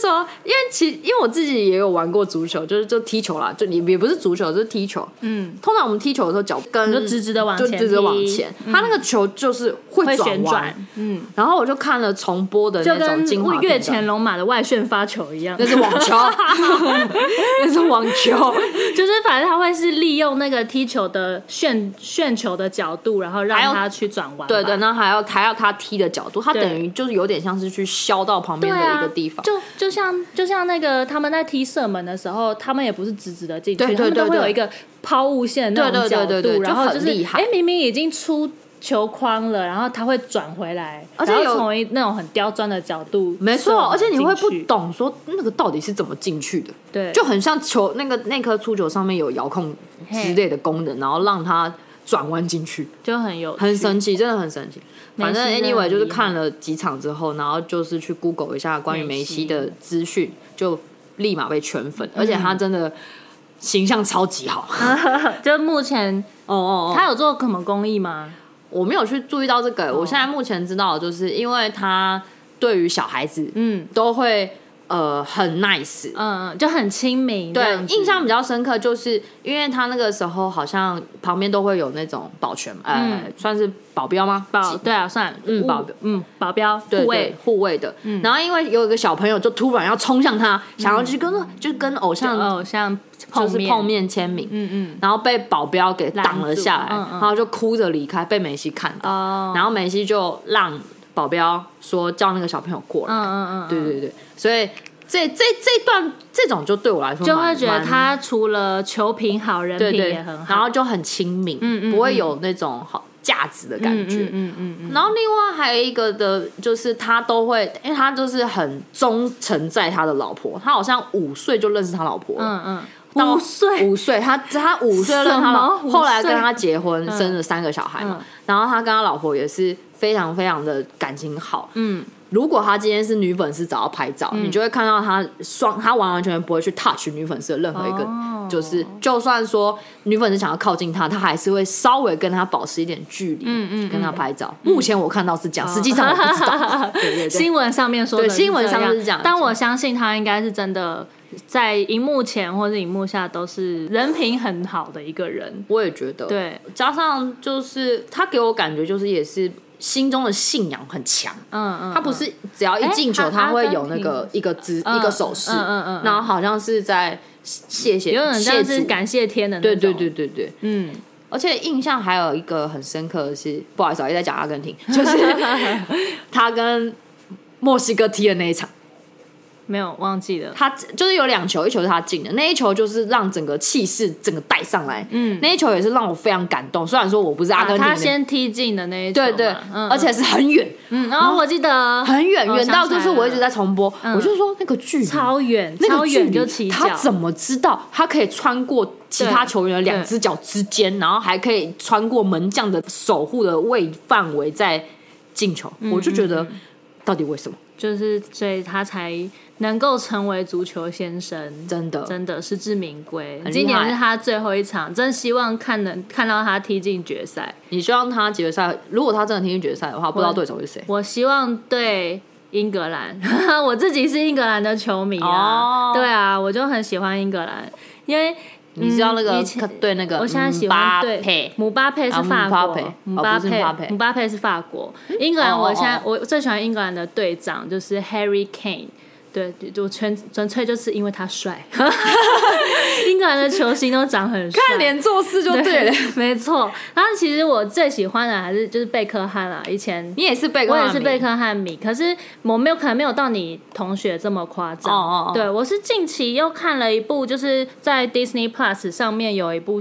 [SPEAKER 2] 说，因为其因为我自己也有玩过足球，就是就踢球啦，就也也不是足球，就是踢球。
[SPEAKER 1] 嗯，
[SPEAKER 2] 通常我们踢球的时候，脚跟
[SPEAKER 1] 你 *laughs* 就直直地往
[SPEAKER 2] 就
[SPEAKER 1] 前
[SPEAKER 2] 直直地往
[SPEAKER 1] 踢
[SPEAKER 2] 前，他那个球就是会
[SPEAKER 1] 会
[SPEAKER 2] 转
[SPEAKER 1] 旋
[SPEAKER 2] 弯
[SPEAKER 1] 转。，嗯，
[SPEAKER 2] 然后我就看了重播的
[SPEAKER 1] 就
[SPEAKER 2] 那种精华
[SPEAKER 1] 跟
[SPEAKER 2] 片
[SPEAKER 1] 越
[SPEAKER 2] 段，
[SPEAKER 1] 前龙马的外旋发球一样
[SPEAKER 2] 那，是网
[SPEAKER 1] *laughs*
[SPEAKER 2] 球，那是网球。
[SPEAKER 1] 就是反正他会是利用那个踢球的旋旋球的角度，然后
[SPEAKER 2] 还有
[SPEAKER 1] 让他去转弯吧。
[SPEAKER 2] 对对，然后还要还要他踢的角度，他
[SPEAKER 1] 对
[SPEAKER 2] 等于就是有点像是去削到旁边
[SPEAKER 1] 对
[SPEAKER 2] 的
[SPEAKER 1] 啊，
[SPEAKER 2] 一个地方。
[SPEAKER 1] 就就像就像那个他们在踢射门的时候，他们也不是直直的进去，
[SPEAKER 2] 对对
[SPEAKER 1] 他们
[SPEAKER 2] 对
[SPEAKER 1] 都会
[SPEAKER 2] 对
[SPEAKER 1] 有一个抛物线的那
[SPEAKER 2] 对对
[SPEAKER 1] 种角度，
[SPEAKER 2] 对对对
[SPEAKER 1] 然后
[SPEAKER 2] 就
[SPEAKER 1] 就
[SPEAKER 2] 很
[SPEAKER 1] 是
[SPEAKER 2] 厉害
[SPEAKER 1] 哎，明明已经出球框了，然后他会转回来，
[SPEAKER 2] 而且有
[SPEAKER 1] 然后从一那种很刁钻的角度射门进去，
[SPEAKER 2] 没错，而且你会不懂说那个到底是怎么进去的，
[SPEAKER 1] 对，
[SPEAKER 2] 就很像球那个那颗出球上面有遥控之类的功能，然后让它转弯进去，
[SPEAKER 1] 就很有趣
[SPEAKER 2] 很神奇，真的很神奇。反正
[SPEAKER 1] 梅西真的
[SPEAKER 2] anyway
[SPEAKER 1] 很
[SPEAKER 2] 就是
[SPEAKER 1] 厉害
[SPEAKER 2] 看了几场之后，然后就是去 Google 一下关于梅西的资讯，就立马被圈
[SPEAKER 1] 嗯
[SPEAKER 2] 粉，而且他真的形象超级
[SPEAKER 1] *laughs*
[SPEAKER 2] 好。
[SPEAKER 1] 就目前
[SPEAKER 2] 哦哦
[SPEAKER 1] 他有做什么公益吗？
[SPEAKER 2] 我没有去注意到这个、
[SPEAKER 1] 哦
[SPEAKER 2] 我现在目前知道，就是因为他对于小孩子
[SPEAKER 1] 嗯
[SPEAKER 2] 都会呃很 nice，
[SPEAKER 1] 嗯，嗯，就很亲民这
[SPEAKER 2] 对
[SPEAKER 1] 样，子，
[SPEAKER 2] 印象比较深刻，就是因为他那个时候好像旁边都会有那种保全，呃，算是保镖吗？
[SPEAKER 1] 嗯保对啊，算
[SPEAKER 2] 嗯
[SPEAKER 1] 物
[SPEAKER 2] 保
[SPEAKER 1] 嗯保镖
[SPEAKER 2] 对对
[SPEAKER 1] 护卫。
[SPEAKER 2] 护卫的。
[SPEAKER 1] 嗯
[SPEAKER 2] 然后因为有一个小朋友就突然要冲向他，想要去跟就跟偶像
[SPEAKER 1] 偶像
[SPEAKER 2] 就是
[SPEAKER 1] 嗯呃碰面
[SPEAKER 2] 碰面签名，
[SPEAKER 1] 嗯嗯，
[SPEAKER 2] 然后被保镖给挡了下来，
[SPEAKER 1] 拦住嗯嗯
[SPEAKER 2] 然后就哭着离开，被梅西看到，
[SPEAKER 1] 哦，
[SPEAKER 2] 然后梅西就让保镖说叫那个小朋友过来，
[SPEAKER 1] 嗯嗯嗯，
[SPEAKER 2] 对对对，所以这这这段这种就对我来说
[SPEAKER 1] 就会
[SPEAKER 2] 蛮
[SPEAKER 1] 觉得
[SPEAKER 2] 蛮
[SPEAKER 1] 他除了球品好，人
[SPEAKER 2] 对
[SPEAKER 1] 品
[SPEAKER 2] 对
[SPEAKER 1] 也很好，
[SPEAKER 2] 然后就很亲民，
[SPEAKER 1] 嗯嗯
[SPEAKER 2] 不会有那种好价值的感觉。
[SPEAKER 1] 嗯嗯嗯
[SPEAKER 2] 然后另外还有一个的，就是他都会，因为他就是很忠诚在他的老婆，他好像五岁就认识他老婆了，
[SPEAKER 1] 嗯嗯
[SPEAKER 2] 到
[SPEAKER 1] 嗯，五岁，
[SPEAKER 2] 五岁，他他五岁认识
[SPEAKER 1] 什
[SPEAKER 2] 他
[SPEAKER 1] 么
[SPEAKER 2] 老，
[SPEAKER 1] *laughs* 五
[SPEAKER 2] 后来跟
[SPEAKER 1] 岁
[SPEAKER 2] 他结婚，生了三个小孩嘛。
[SPEAKER 1] 嗯
[SPEAKER 2] 然后他跟他老婆也是非常非常的感情好。
[SPEAKER 1] 嗯，
[SPEAKER 2] 如果他今天是女粉丝找他拍照，你就会看到他双，他完完全全不会去 touch 女粉丝的任何一个，
[SPEAKER 1] 哦
[SPEAKER 2] 就是就算说女粉丝想要靠近他，他还是会稍微跟他保持一点距离，
[SPEAKER 1] 嗯嗯嗯
[SPEAKER 2] 跟他拍照。目前我看到是这样，实际上我不知
[SPEAKER 1] *laughs*
[SPEAKER 2] 道。对对对，
[SPEAKER 1] 新闻上面说的
[SPEAKER 2] 对新闻上
[SPEAKER 1] 是
[SPEAKER 2] 是这样
[SPEAKER 1] 但我相信他应该是真的在荧幕前或者荧幕下都是人品很好的一个人，
[SPEAKER 2] 我也觉得，，
[SPEAKER 1] 对，
[SPEAKER 2] 加上就是他给我感觉就是也是心中的信仰很强。
[SPEAKER 1] 嗯嗯，
[SPEAKER 2] 他不是只要一进球，
[SPEAKER 1] 哎他
[SPEAKER 2] 他会有那个一个姿
[SPEAKER 1] 嗯
[SPEAKER 2] 一个手势，
[SPEAKER 1] 嗯嗯嗯嗯
[SPEAKER 2] 然后好像是在谢谢，
[SPEAKER 1] 有点像
[SPEAKER 2] 谢
[SPEAKER 1] 是
[SPEAKER 2] 主
[SPEAKER 1] 感谢天的那
[SPEAKER 2] 对
[SPEAKER 1] 种，
[SPEAKER 2] 对对，对对，
[SPEAKER 1] 嗯，
[SPEAKER 2] 而且印象还有一个很深刻的是，不好意思啊，也在讲阿根廷， *laughs* 就是他跟墨西哥踢的那一场，
[SPEAKER 1] 没有忘记了，
[SPEAKER 2] 他就是有两球，一球是他进的，那一球就是让整个气势整个带上来，
[SPEAKER 1] 嗯
[SPEAKER 2] 那一球也是让我非常感动。虽然说我不是阿根廷
[SPEAKER 1] 啊
[SPEAKER 2] 的，
[SPEAKER 1] 他先踢进的那一球嘛，
[SPEAKER 2] 对对，
[SPEAKER 1] 嗯，
[SPEAKER 2] 而且是很远
[SPEAKER 1] 嗯，然后我记得
[SPEAKER 2] 很远，
[SPEAKER 1] 哦
[SPEAKER 2] 远到
[SPEAKER 1] 想起
[SPEAKER 2] 就
[SPEAKER 1] 来
[SPEAKER 2] 是我一直
[SPEAKER 1] 了
[SPEAKER 2] 在重播，
[SPEAKER 1] 嗯
[SPEAKER 2] 我就说那个距离
[SPEAKER 1] 超远，
[SPEAKER 2] 那
[SPEAKER 1] 超
[SPEAKER 2] 个距
[SPEAKER 1] 远
[SPEAKER 2] 离
[SPEAKER 1] 就起
[SPEAKER 2] 他
[SPEAKER 1] 脚，
[SPEAKER 2] 怎么知道他可以穿过其他球员的两只脚之间，然后还可以穿过门将的守护的位范围再进球？
[SPEAKER 1] 嗯
[SPEAKER 2] 我就觉得到底为什么？
[SPEAKER 1] 就是所以他才能够成为足球先生，
[SPEAKER 2] 真的，
[SPEAKER 1] 真的实至名归。
[SPEAKER 2] 很厉害
[SPEAKER 1] 今年是他最后一场，真希望看能看到他踢进决赛。
[SPEAKER 2] 你希望他决赛，如果他真的踢进决赛的话，不知道对手是谁。
[SPEAKER 1] 我希望对英格兰， *laughs* 我自己是英格兰的球迷
[SPEAKER 2] 哦
[SPEAKER 1] 啊，对啊，我就很喜欢英格兰，因为
[SPEAKER 2] 你知道那个
[SPEAKER 1] 嗯以前
[SPEAKER 2] 对那个
[SPEAKER 1] 我现在喜
[SPEAKER 2] 姆巴
[SPEAKER 1] 欢对
[SPEAKER 2] 佩，
[SPEAKER 1] 姆巴佩是法
[SPEAKER 2] 啊姆巴
[SPEAKER 1] 国
[SPEAKER 2] 佩，
[SPEAKER 1] 姆
[SPEAKER 2] 哦
[SPEAKER 1] 巴
[SPEAKER 2] 不是姆巴佩
[SPEAKER 1] 佩，姆巴佩是法国。英格兰，
[SPEAKER 2] 哦
[SPEAKER 1] 我
[SPEAKER 2] 哦
[SPEAKER 1] 现在
[SPEAKER 2] 哦
[SPEAKER 1] 我最喜欢英格兰的队长就是 Harry Kane。对，就纯纯粹就是因为他帅， *laughs* 英格兰的球星都长很帅，
[SPEAKER 2] 看脸做事就对了。
[SPEAKER 1] 没错。然后其实我最喜欢的还是就是贝克汉啦，以前
[SPEAKER 2] *laughs* 你也是贝克
[SPEAKER 1] 我
[SPEAKER 2] 汉
[SPEAKER 1] 也
[SPEAKER 2] 姆，
[SPEAKER 1] 是贝克汉米，可是我没有可能没有到你同学这么夸张。
[SPEAKER 2] 哦哦哦
[SPEAKER 1] 对我是近期又看了一部，就是在 Disney Plus 上面有一部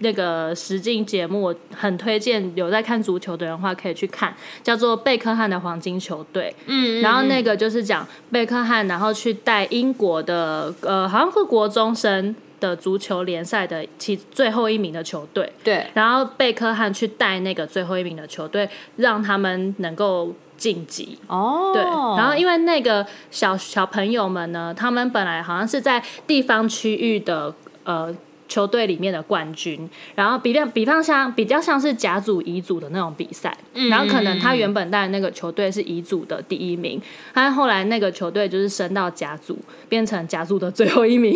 [SPEAKER 1] 那个实境节目，我很推荐有在看足球的人的话可以去看，叫做《贝克汉的黄金球队》。
[SPEAKER 2] 嗯，嗯，
[SPEAKER 1] 然后那个就是讲贝克汉，然后去带英国的呃，好像是国中生的足球联赛的其最后一名的球队。
[SPEAKER 2] 对，
[SPEAKER 1] 然后贝克汉去带那个最后一名的球队，让他们能够晋级。
[SPEAKER 2] 哦，
[SPEAKER 1] 对，然后因为那个小小朋友们呢，他们本来好像是在地方区域的呃球队里面的冠军，然后比方比方像比较像是甲组、乙组的那种比赛，然后可能他原本带的那个球队是乙组的第一名，他后来那个球队就是升到甲组，变成甲组的最后一名。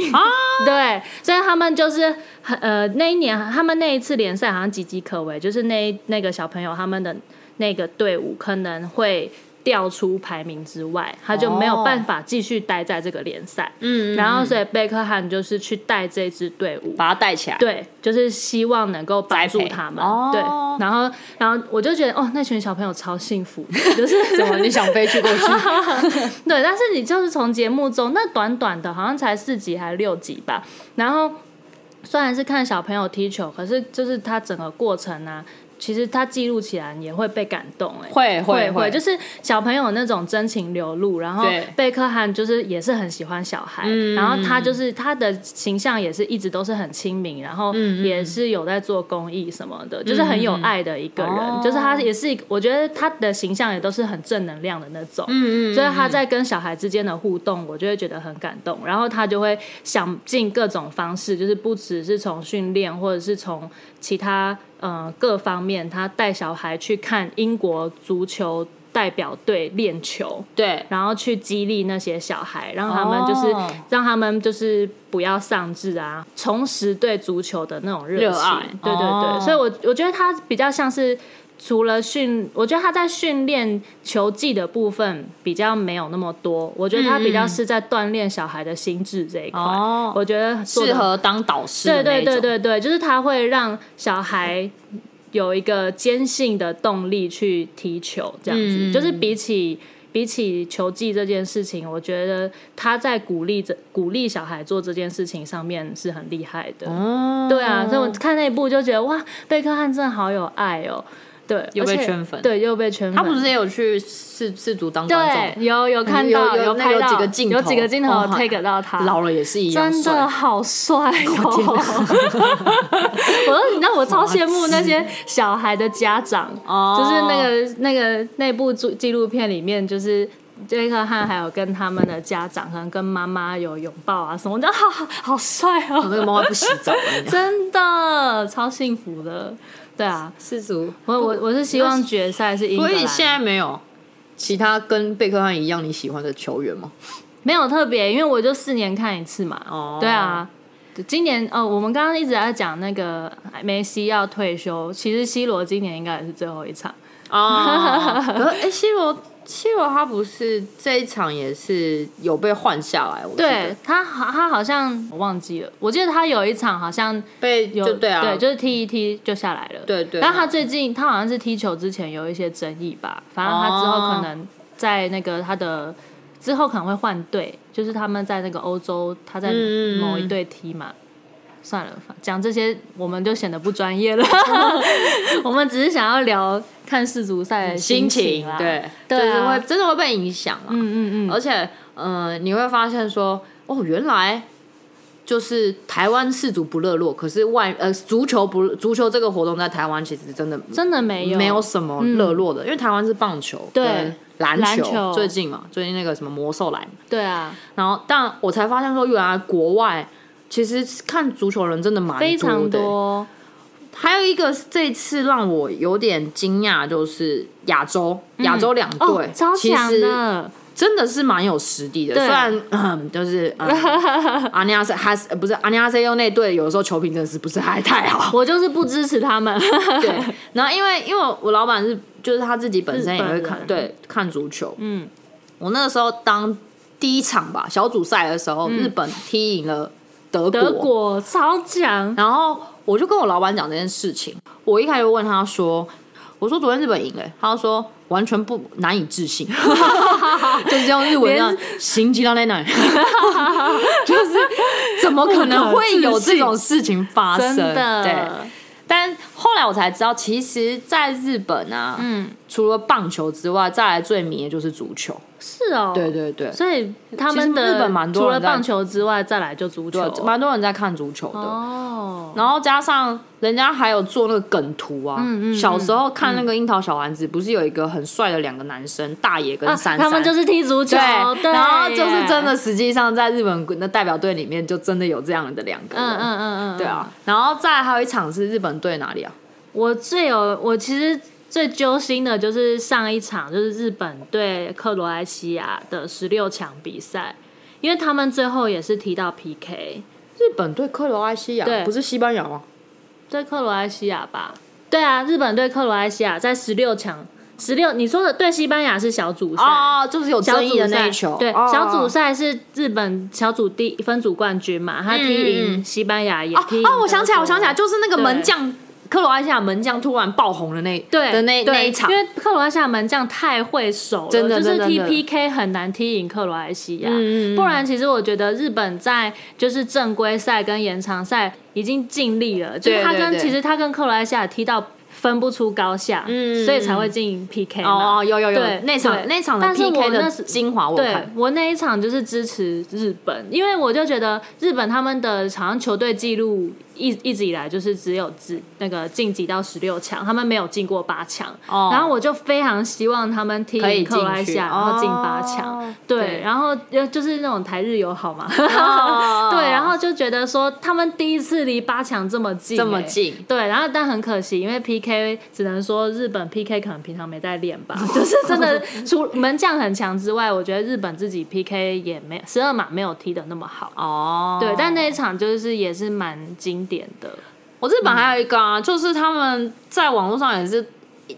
[SPEAKER 1] 对，所以他们就是很呃那一年他们那一次联赛好像岌岌可危，就是那那个小朋友他们的那个队伍可能会掉出排名之外，他就没有办法继续待在这个联赛。
[SPEAKER 2] 嗯，嗯
[SPEAKER 1] 然后所以贝克汉就是去带这支队伍。
[SPEAKER 2] 把他带起来，
[SPEAKER 1] 对，就是希望能够帮助
[SPEAKER 2] 栽培
[SPEAKER 1] 他们。
[SPEAKER 2] 哦
[SPEAKER 1] 对，然后，然后我就觉得，哦，那群小朋友超幸福的，就是
[SPEAKER 2] *laughs* 怎么你想飞去过
[SPEAKER 1] *laughs*
[SPEAKER 2] 去？
[SPEAKER 1] 对，但是你就是从节目中那短短的，好像才四集还六集吧，然后虽然是看小朋友踢球，可是就是他整个过程啊，其实他记录起来也会被感动、哎，
[SPEAKER 2] 会
[SPEAKER 1] 会
[SPEAKER 2] 会，
[SPEAKER 1] 就是小朋友那种真情流露，然后
[SPEAKER 2] 对
[SPEAKER 1] 贝克汉就是也是很喜欢小孩，
[SPEAKER 2] 嗯
[SPEAKER 1] 然后他就是他的形象也是一直都是很亲民，然后也是有在做公益什么的，就是很有爱的一个人，
[SPEAKER 2] 哦
[SPEAKER 1] 就是他也是一个我觉得他的形象也都是很正能量的那种，嗯嗯，所以他在跟小孩之间的互动，我就会觉得很感动，然后他就会想尽各种方式，就是不只是从训练或者是从其他呃各方面，他带小孩去看英国足球代表队练球，
[SPEAKER 2] 对，
[SPEAKER 1] 然后去激励那些小孩，让他们就是、
[SPEAKER 2] 哦
[SPEAKER 1] 让他们就是不要丧志啊，重拾对足球的那种热情。
[SPEAKER 2] 热爱
[SPEAKER 1] 对对对，
[SPEAKER 2] 哦
[SPEAKER 1] 所以我我觉得他比较像是。除了训，我觉得他在训练球技的部分比较没有那么多，我觉得他比较是在锻炼小孩的心智这一块。
[SPEAKER 2] 嗯哦
[SPEAKER 1] 我觉得做
[SPEAKER 2] 适
[SPEAKER 1] 得
[SPEAKER 2] 合当导师的
[SPEAKER 1] 对
[SPEAKER 2] 那
[SPEAKER 1] 对
[SPEAKER 2] 一种
[SPEAKER 1] 对对对，就是他会让小孩有一个坚信的动力去踢球，这样子，
[SPEAKER 2] 嗯嗯
[SPEAKER 1] 就是比起。比起球技这件事情，我觉得他在鼓励这鼓励小孩做这件事情上面是很厉害的。
[SPEAKER 2] 哦，
[SPEAKER 1] 对啊，所以我看那一部就觉得哇，贝克汉真的好有爱哦。对，
[SPEAKER 2] 又被
[SPEAKER 1] 而且
[SPEAKER 2] 圈粉
[SPEAKER 1] 对，又被圈粉。
[SPEAKER 2] 他不是也有去世世足当观众，
[SPEAKER 1] 对，有有看到
[SPEAKER 2] 有有那
[SPEAKER 1] 拍
[SPEAKER 2] 个有
[SPEAKER 1] 到
[SPEAKER 2] 几个镜头
[SPEAKER 1] 有几个镜头
[SPEAKER 2] 哦
[SPEAKER 1] take 到他，
[SPEAKER 2] 老了也是一样
[SPEAKER 1] 真的
[SPEAKER 2] 帅。
[SPEAKER 1] 好帅哦！
[SPEAKER 2] *laughs* 天
[SPEAKER 1] *laughs* 我说，你知道我超羡慕那些小孩的家长，
[SPEAKER 2] 哦
[SPEAKER 1] 就是那个那个那部纪纪录片里面，就是。杰克汉还有跟他们的家长，可能跟妈妈有拥抱啊什么的，好好好帅
[SPEAKER 2] 我 *laughs*
[SPEAKER 1] 哦，
[SPEAKER 2] 那个妈妈不洗澡，
[SPEAKER 1] 真的超幸福的。对啊，
[SPEAKER 2] 世足。
[SPEAKER 1] 我我我是希望决赛是英格
[SPEAKER 2] 所以
[SPEAKER 1] 兰，
[SPEAKER 2] 现在没有其他跟贝克汉一样你喜欢的球员吗？
[SPEAKER 1] 没有特别，因为我就四年看一次嘛。
[SPEAKER 2] 哦
[SPEAKER 1] 对啊，今年哦，我们刚刚一直在讲那个梅西要退休，其实 C 罗今年应该也是最后一场。
[SPEAKER 2] 啊， *laughs* 可是哎，C 罗，C 罗他不是这一场也是有被换下来，我记得
[SPEAKER 1] 对，他，好，他好像我忘记了，我记得他有一场好像
[SPEAKER 2] 被
[SPEAKER 1] 有
[SPEAKER 2] 就对啊，
[SPEAKER 1] 对，就是踢一踢就下来了。
[SPEAKER 2] 对对
[SPEAKER 1] 但他最近他好像是踢球之前有一些争议吧，反正他之后
[SPEAKER 2] 哦
[SPEAKER 1] 可能在那个他的。之后可能会换队，就是他们在那个欧洲，他在
[SPEAKER 2] 嗯嗯嗯
[SPEAKER 1] 某一队踢嘛。算了，讲这些我们就显得不专业
[SPEAKER 2] *laughs*
[SPEAKER 1] 了。我们只是想要聊看世足赛的
[SPEAKER 2] 心
[SPEAKER 1] 情
[SPEAKER 2] 情
[SPEAKER 1] 啦。
[SPEAKER 2] 对，
[SPEAKER 1] 对
[SPEAKER 2] 就
[SPEAKER 1] 啊
[SPEAKER 2] 是会真的会被影响啊。
[SPEAKER 1] 嗯嗯嗯，
[SPEAKER 2] 而且，呃，你会发现说，哦，原来就是台湾氏足不热络，可是外呃足球不足球这个活动在台湾其实真的
[SPEAKER 1] 真的没有嗯
[SPEAKER 2] 没有什么热络的，因为台湾是棒球
[SPEAKER 1] 对
[SPEAKER 2] 跟篮
[SPEAKER 1] 篮球
[SPEAKER 2] 最近嘛，最近那个什么魔兽来嘛，
[SPEAKER 1] 对啊，
[SPEAKER 2] 然后但我才发现说，原来国外其实看足球人真的蛮
[SPEAKER 1] 非常
[SPEAKER 2] 的欸。
[SPEAKER 1] 多。
[SPEAKER 2] 还有一个这次让我有点惊讶，就是亚洲亚洲两队、
[SPEAKER 1] 哦，超
[SPEAKER 2] 其
[SPEAKER 1] 强
[SPEAKER 2] 实 *laughs*
[SPEAKER 1] 的，
[SPEAKER 2] 真的是蛮有实力的，
[SPEAKER 1] 对啊
[SPEAKER 2] 虽然、嗯、就是、嗯、
[SPEAKER 1] *laughs*
[SPEAKER 2] 阿尼亚塞还是呃不是阿尼亚塞用那队有时候球评真的是不是还太
[SPEAKER 1] *laughs*
[SPEAKER 2] 好，
[SPEAKER 1] 我就是不支持他们。
[SPEAKER 2] 对。然后因为因为我老板是就是他自己本身也
[SPEAKER 1] 日本
[SPEAKER 2] 会
[SPEAKER 1] 人
[SPEAKER 2] 看对看足球，
[SPEAKER 1] 嗯，
[SPEAKER 2] 我那个时候当第一场吧小组赛的时候，日本踢赢了德国，
[SPEAKER 1] *laughs* 嗯德国超强， *laughs*
[SPEAKER 2] 然后我就跟我老板讲这件事情，我一开始问他说。我说昨天日本赢了、他说完全不难以置信， *laughs* 就是用日文这
[SPEAKER 1] *laughs*
[SPEAKER 2] 样“行吉拉奈奈”，就是
[SPEAKER 1] *laughs*
[SPEAKER 2] 怎么可能会有这种事情发生？
[SPEAKER 1] 真的，
[SPEAKER 2] 对。但后来我才知道，其实在日本啊，
[SPEAKER 1] 嗯，
[SPEAKER 2] 除了棒球之外，再来最迷的就是足球。
[SPEAKER 1] 是哦，
[SPEAKER 2] 对对对，
[SPEAKER 1] 所以他们
[SPEAKER 2] 其实
[SPEAKER 1] 的
[SPEAKER 2] 日本蛮多
[SPEAKER 1] 除了
[SPEAKER 2] 人在
[SPEAKER 1] 棒球之外，再来就足球
[SPEAKER 2] 对，蛮多人在看足球的。
[SPEAKER 1] 哦，
[SPEAKER 2] 然后加上人家还有做那个梗图啊，
[SPEAKER 1] 嗯嗯
[SPEAKER 2] 小时候看那个樱桃小丸子，不是有一个很帅的两个男生，大野跟
[SPEAKER 1] 啊
[SPEAKER 2] 珊珊，
[SPEAKER 1] 他们就是踢足球，
[SPEAKER 2] 对，
[SPEAKER 1] 对，
[SPEAKER 2] 然后就是真
[SPEAKER 1] 耶，
[SPEAKER 2] 的，实际上在日本的代表队里面，就真的有这样的两个人，
[SPEAKER 1] 嗯嗯嗯嗯，嗯
[SPEAKER 2] 对。啊，然后再来还有一场是日本队哪里啊？
[SPEAKER 1] 我最有，我其实最揪心的就是上一场就是日本对克罗埃西亚的十六强比赛，因为他们最后也是踢到 PK，
[SPEAKER 2] 日本对克罗埃西亚
[SPEAKER 1] 对，
[SPEAKER 2] 不是西班牙吗？
[SPEAKER 1] 对克罗埃西亚吧？对啊，日本对克罗埃西亚在十六强，十六你说的对西班牙是小组赛。
[SPEAKER 2] 哦，就是有
[SPEAKER 1] 小
[SPEAKER 2] 争议
[SPEAKER 1] 组
[SPEAKER 2] 的那
[SPEAKER 1] 赛
[SPEAKER 2] 一球，
[SPEAKER 1] 对，
[SPEAKER 2] 哦
[SPEAKER 1] 小组赛是日本小组第分组冠军嘛，他踢
[SPEAKER 2] 嗯嗯
[SPEAKER 1] 赢
[SPEAKER 2] 嗯
[SPEAKER 1] 西班牙也
[SPEAKER 2] 哦
[SPEAKER 1] 踢赢
[SPEAKER 2] 哦，我想起来，
[SPEAKER 1] 德国
[SPEAKER 2] 我想起来，就是那个
[SPEAKER 1] 对
[SPEAKER 2] 门将克罗埃西亚门将突然爆红的那
[SPEAKER 1] 对
[SPEAKER 2] 的那
[SPEAKER 1] 对
[SPEAKER 2] 那一场
[SPEAKER 1] 因。为克罗埃西亚门将太会守了，
[SPEAKER 2] 真的
[SPEAKER 1] 就是
[SPEAKER 2] 真的
[SPEAKER 1] 踢
[SPEAKER 2] 真的
[SPEAKER 1] PK 很难踢赢克罗埃西亚。
[SPEAKER 2] 嗯嗯嗯
[SPEAKER 1] 不然，其实我觉得日本在就是正规赛跟延长赛已经尽力了，就是
[SPEAKER 2] 对
[SPEAKER 1] 他
[SPEAKER 2] 对
[SPEAKER 1] 跟
[SPEAKER 2] 对
[SPEAKER 1] 其实他跟克罗埃西亚踢到分不出高下，
[SPEAKER 2] 嗯嗯
[SPEAKER 1] 所以才会进 PK 嘛。
[SPEAKER 2] 哦哦，有有有
[SPEAKER 1] 对，
[SPEAKER 2] 那场
[SPEAKER 1] 对
[SPEAKER 2] 那场的
[SPEAKER 1] 但是我
[SPEAKER 2] PK
[SPEAKER 1] 那
[SPEAKER 2] 的
[SPEAKER 1] 是
[SPEAKER 2] 精华我有
[SPEAKER 1] 对
[SPEAKER 2] 看，
[SPEAKER 1] 我那一场就是支持日本，因为我就觉得日本他们的好像球队记录一一直以来就是只有只那个晋级到十六强，他们没有进过八强。
[SPEAKER 2] 哦
[SPEAKER 1] 然后我就非常希望他们踢
[SPEAKER 2] 可以
[SPEAKER 1] 赢克罗埃西
[SPEAKER 2] 进
[SPEAKER 1] 亚，
[SPEAKER 2] 去
[SPEAKER 1] 然后进八强。
[SPEAKER 2] 哦
[SPEAKER 1] 对，
[SPEAKER 2] 对
[SPEAKER 1] 然后呃就就是那种台日友
[SPEAKER 2] *laughs*
[SPEAKER 1] 好嘛。
[SPEAKER 2] 哦
[SPEAKER 1] *laughs* 对，然后就觉得说他们第一次离八强这么近、
[SPEAKER 2] *laughs* 这么
[SPEAKER 1] 欸
[SPEAKER 2] 近
[SPEAKER 1] 对，然后但很可惜，因为 PK 只能说日本 PK 可能平常没在练吧， *laughs* 就是真的除门将很强之外，我觉得日本自己 PK 也没十二码没有踢的那么好。
[SPEAKER 2] 哦，
[SPEAKER 1] 对，但那一场就是也是蛮经典的。
[SPEAKER 2] 我日本还有一个啊，就是他们在网络上也是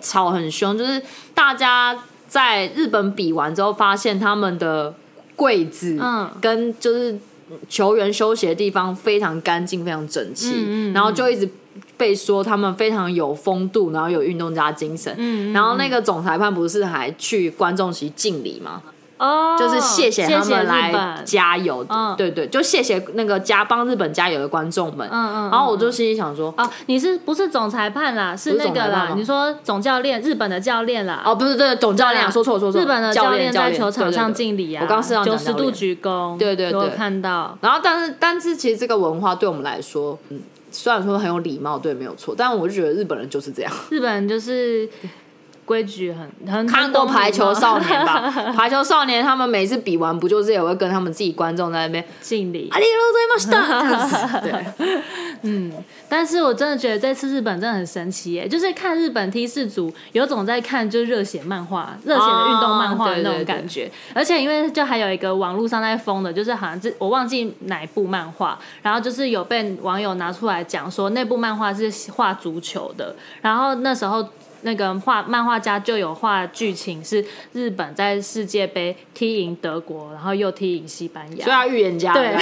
[SPEAKER 2] 吵很凶，就是大家在日本比完之后，发现他们的柜子
[SPEAKER 1] 嗯
[SPEAKER 2] 跟就是球员休息的地方非常干净、非常整齐，
[SPEAKER 1] 嗯嗯嗯
[SPEAKER 2] 然后就一直被说他们非常有风度，然后有运动家精神。
[SPEAKER 1] 嗯
[SPEAKER 2] 然后那个总裁判不是还去观众席敬礼吗？
[SPEAKER 1] 哦，
[SPEAKER 2] 就是谢谢他们
[SPEAKER 1] 日
[SPEAKER 2] 来
[SPEAKER 1] 本
[SPEAKER 2] 加油，
[SPEAKER 1] 嗯
[SPEAKER 2] 对对，就谢谢那个加帮日本加油的观众们。
[SPEAKER 1] 嗯嗯
[SPEAKER 2] 然
[SPEAKER 1] 嗯
[SPEAKER 2] 后我就心里想说，
[SPEAKER 1] 哦，你是不是总裁判啦？是
[SPEAKER 2] 不是
[SPEAKER 1] 那
[SPEAKER 2] 总裁
[SPEAKER 1] 个
[SPEAKER 2] 判
[SPEAKER 1] 啦
[SPEAKER 2] 吗，
[SPEAKER 1] 你说总教练，日本的教练啦。
[SPEAKER 2] 哦，不是，对，总教练啊，说错说错，
[SPEAKER 1] 嗯日本的
[SPEAKER 2] 教
[SPEAKER 1] 练
[SPEAKER 2] 教
[SPEAKER 1] 在
[SPEAKER 2] 练
[SPEAKER 1] 球
[SPEAKER 2] 对
[SPEAKER 1] 场
[SPEAKER 2] 对
[SPEAKER 1] 上
[SPEAKER 2] 对
[SPEAKER 1] 敬礼啊，
[SPEAKER 2] 我刚刚是要讲
[SPEAKER 1] 九十
[SPEAKER 2] 教
[SPEAKER 1] 度
[SPEAKER 2] 练
[SPEAKER 1] 鞠躬，
[SPEAKER 2] 对对对
[SPEAKER 1] 我有看到，
[SPEAKER 2] 然后，但是，但是，其实这个文化对我们来说，嗯，虽然说很有礼貌，对，没有错，但我就觉得日本人就是
[SPEAKER 1] *laughs*
[SPEAKER 2] 这样。
[SPEAKER 1] 日本人就是规矩很很？
[SPEAKER 2] 看过《排球少年》吧，*laughs* 《排球少年》他们每次比完，不就是也会跟他们自己观众在那边
[SPEAKER 1] *laughs* 敬礼
[SPEAKER 2] 啊，。你都在
[SPEAKER 1] *laughs*
[SPEAKER 2] 吗？是的，对，
[SPEAKER 1] 但是我真的觉得这次日本真的很神奇耶，就是看日本 T 四组，有种在看就是热血漫画、热血的运动漫
[SPEAKER 2] 哦
[SPEAKER 1] 画的那种
[SPEAKER 2] 对对
[SPEAKER 1] 感觉。而且因为就还有一个网络上在疯的，就是好像这我忘记哪一部漫画，然后就是有被网友拿出来讲说那部漫画是画足球的，然后那时候。那个画漫画家就有画剧情，是日本在世界杯踢赢德国，然后又踢赢西班牙
[SPEAKER 2] 所以，他预言家， *laughs*
[SPEAKER 1] 对，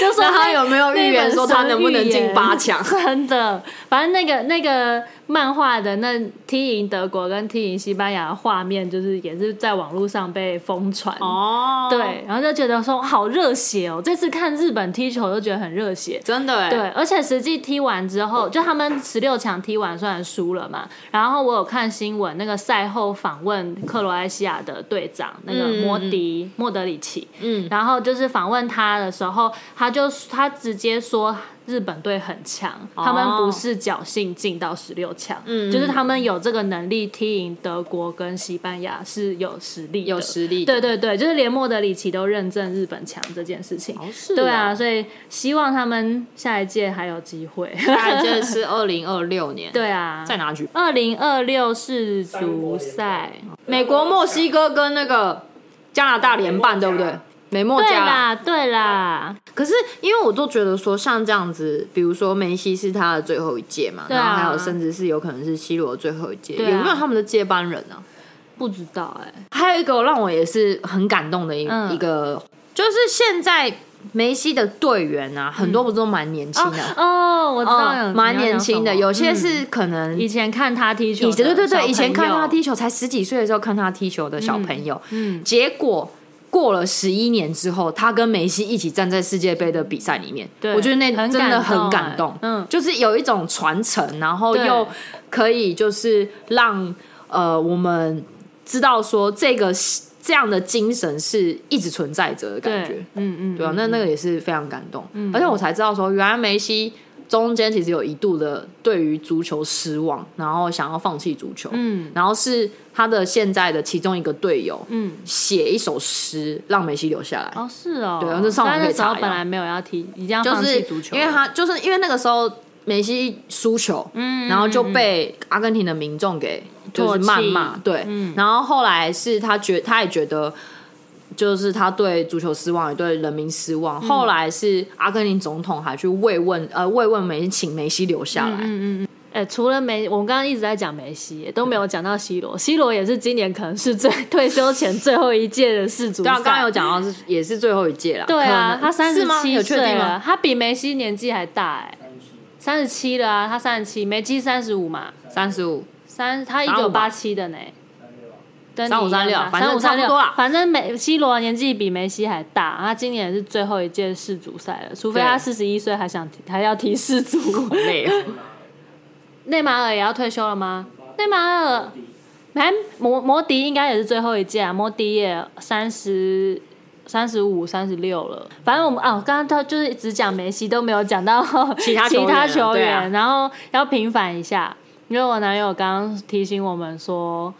[SPEAKER 1] 就说
[SPEAKER 2] 那他
[SPEAKER 1] 那
[SPEAKER 2] 有没有预言说他能不能进八强
[SPEAKER 1] 那本神预 *laughs* 言真的，反正那个那个漫画的那踢赢德国跟踢赢西班牙的画面，就是也是在网络上被疯传。
[SPEAKER 2] 哦，
[SPEAKER 1] 对，，然后就觉得说好热血哦！这次看日本踢球都觉得很热血。
[SPEAKER 2] 真的哎，
[SPEAKER 1] 对，而且实际踢完之后，就他们十六强踢完虽然输了嘛，然后我有看新闻，那个赛后访问克罗埃西亚的队长那个
[SPEAKER 2] 嗯嗯
[SPEAKER 1] 摩迪、莫德里奇，
[SPEAKER 2] 嗯
[SPEAKER 1] 然后就是访问他的时候，他就他直接说日本队很强，
[SPEAKER 2] 哦
[SPEAKER 1] 他们不是侥幸进到十六强，
[SPEAKER 2] 嗯
[SPEAKER 1] 就是他们有这个能力踢赢德国跟西班牙是有实力的，
[SPEAKER 2] 有实力的，
[SPEAKER 1] 对对对，就是连莫德里奇都认证日本强这件事情。
[SPEAKER 2] 哦，是哦
[SPEAKER 1] 对啊，，所以希望他们下一届还有机会。
[SPEAKER 2] 大概这是二零二六年，
[SPEAKER 1] *laughs* 对啊，
[SPEAKER 2] 在哪举办？
[SPEAKER 1] 二零二六世足赛，
[SPEAKER 2] 美国、墨西哥跟那个加拿大联办，对不啊对？美墨
[SPEAKER 1] 对
[SPEAKER 2] 加啦
[SPEAKER 1] 啦对啦，
[SPEAKER 2] 可是因为我都觉得说，像这样子，比如说梅西是他的最后一届嘛，
[SPEAKER 1] 对啊
[SPEAKER 2] 然后还有甚至是有可能是 C 罗的最后一届，
[SPEAKER 1] 对啊
[SPEAKER 2] 有没有他们的接班人呢、
[SPEAKER 1] 不知道哎、
[SPEAKER 2] 还有一个让我也是很感动的一、
[SPEAKER 1] 嗯
[SPEAKER 2] 一个，就是现在梅西的队员啊，很多不是都蛮年轻的，
[SPEAKER 1] 嗯哦，我知道有，
[SPEAKER 2] 嗯蛮、年轻的，
[SPEAKER 1] 你要
[SPEAKER 2] 有
[SPEAKER 1] 讲什么
[SPEAKER 2] 些是可能
[SPEAKER 1] 以前看他踢球
[SPEAKER 2] 嗯以前
[SPEAKER 1] 的小朋
[SPEAKER 2] 对
[SPEAKER 1] 友，
[SPEAKER 2] 对对，以前看他踢球才十几岁的时候看他踢球的小朋友，
[SPEAKER 1] 嗯嗯
[SPEAKER 2] 结果过了十一年之后，他跟梅西一起站在世界杯的比赛里面，
[SPEAKER 1] 对
[SPEAKER 2] 我觉得那
[SPEAKER 1] 很
[SPEAKER 2] 真的
[SPEAKER 1] 感动
[SPEAKER 2] 很感
[SPEAKER 1] 哎
[SPEAKER 2] 动，
[SPEAKER 1] 嗯
[SPEAKER 2] 就是有一种传承，然后
[SPEAKER 1] 对
[SPEAKER 2] 又可以就是让呃我们知道说这个这样的精神是一直存在着的感觉
[SPEAKER 1] 对，，嗯嗯，嗯
[SPEAKER 2] 对啊，那那个也是非常感动，而且我才知道说，原来梅西中间其实有一度的对于足球失望，然后想要放弃足球，
[SPEAKER 1] 嗯
[SPEAKER 2] 然后是他的现在的其中一个队友
[SPEAKER 1] 嗯，
[SPEAKER 2] 写一首诗让梅西留下来，
[SPEAKER 1] 哦是哦，
[SPEAKER 2] 对啊那上网
[SPEAKER 1] 但
[SPEAKER 2] 可以
[SPEAKER 1] 那时候
[SPEAKER 2] 查一下
[SPEAKER 1] 本来没有要踢，已经要
[SPEAKER 2] 就
[SPEAKER 1] 放
[SPEAKER 2] 是
[SPEAKER 1] 弃足球了，
[SPEAKER 2] 因为他就是因为那个时候梅西输球，
[SPEAKER 1] 嗯，嗯，
[SPEAKER 2] 然后就
[SPEAKER 1] 嗯
[SPEAKER 2] 被阿根廷的民众给就是谩
[SPEAKER 1] 唾
[SPEAKER 2] 骂，
[SPEAKER 1] 弃
[SPEAKER 2] 对，
[SPEAKER 1] 嗯
[SPEAKER 2] 然后后来是他觉他也觉得。就是他对足球失望，也对人民失望。
[SPEAKER 1] 嗯
[SPEAKER 2] 后来是阿根廷总统还去慰问，呃，慰问梅西，请梅西留下来。
[SPEAKER 1] 哎、除了梅，我们刚刚一直在讲梅西，都没
[SPEAKER 2] 嗯
[SPEAKER 1] 有讲到 C 罗，C 罗也是今年可能是最退休前最后一届的世足
[SPEAKER 2] 对
[SPEAKER 1] 赛，
[SPEAKER 2] 啊，刚刚有讲到是也是最后一届啦。
[SPEAKER 1] 对啊，
[SPEAKER 2] 可能
[SPEAKER 1] 他三
[SPEAKER 2] 是
[SPEAKER 1] 十
[SPEAKER 2] 吗？
[SPEAKER 1] 七
[SPEAKER 2] 有确
[SPEAKER 1] 岁啊
[SPEAKER 2] 定吗？
[SPEAKER 1] 了，他比梅西年纪还大哎、三十七了啊，他三十七，梅西三十五嘛，
[SPEAKER 2] 三十五，
[SPEAKER 1] 三他一
[SPEAKER 2] 35
[SPEAKER 1] 九
[SPEAKER 2] 吧
[SPEAKER 1] 八七的呢，跟你
[SPEAKER 2] 35
[SPEAKER 1] 一
[SPEAKER 2] 36
[SPEAKER 1] 样吧
[SPEAKER 2] 反正
[SPEAKER 1] 35
[SPEAKER 2] 差不多啊啦
[SPEAKER 1] 反正梅西罗年纪比梅西还大，他今年是最后一届世足赛了，除非
[SPEAKER 2] 对
[SPEAKER 1] 他四十一岁还想踢还要踢
[SPEAKER 2] *laughs*
[SPEAKER 1] 世足。
[SPEAKER 2] 累哦。
[SPEAKER 1] 内马尔也要退休了吗？内马尔，还摩摩迪应该也是最后一届啊，摩迪也三十。三十五、三十六了，反正我们哦，刚刚他就是只讲梅西，都没有讲到
[SPEAKER 2] *laughs* 其他球
[SPEAKER 1] 其
[SPEAKER 2] 员
[SPEAKER 1] 他球
[SPEAKER 2] 对
[SPEAKER 1] 员，
[SPEAKER 2] 啊
[SPEAKER 1] 然后要平反一下，因为我男友刚刚提醒我们说，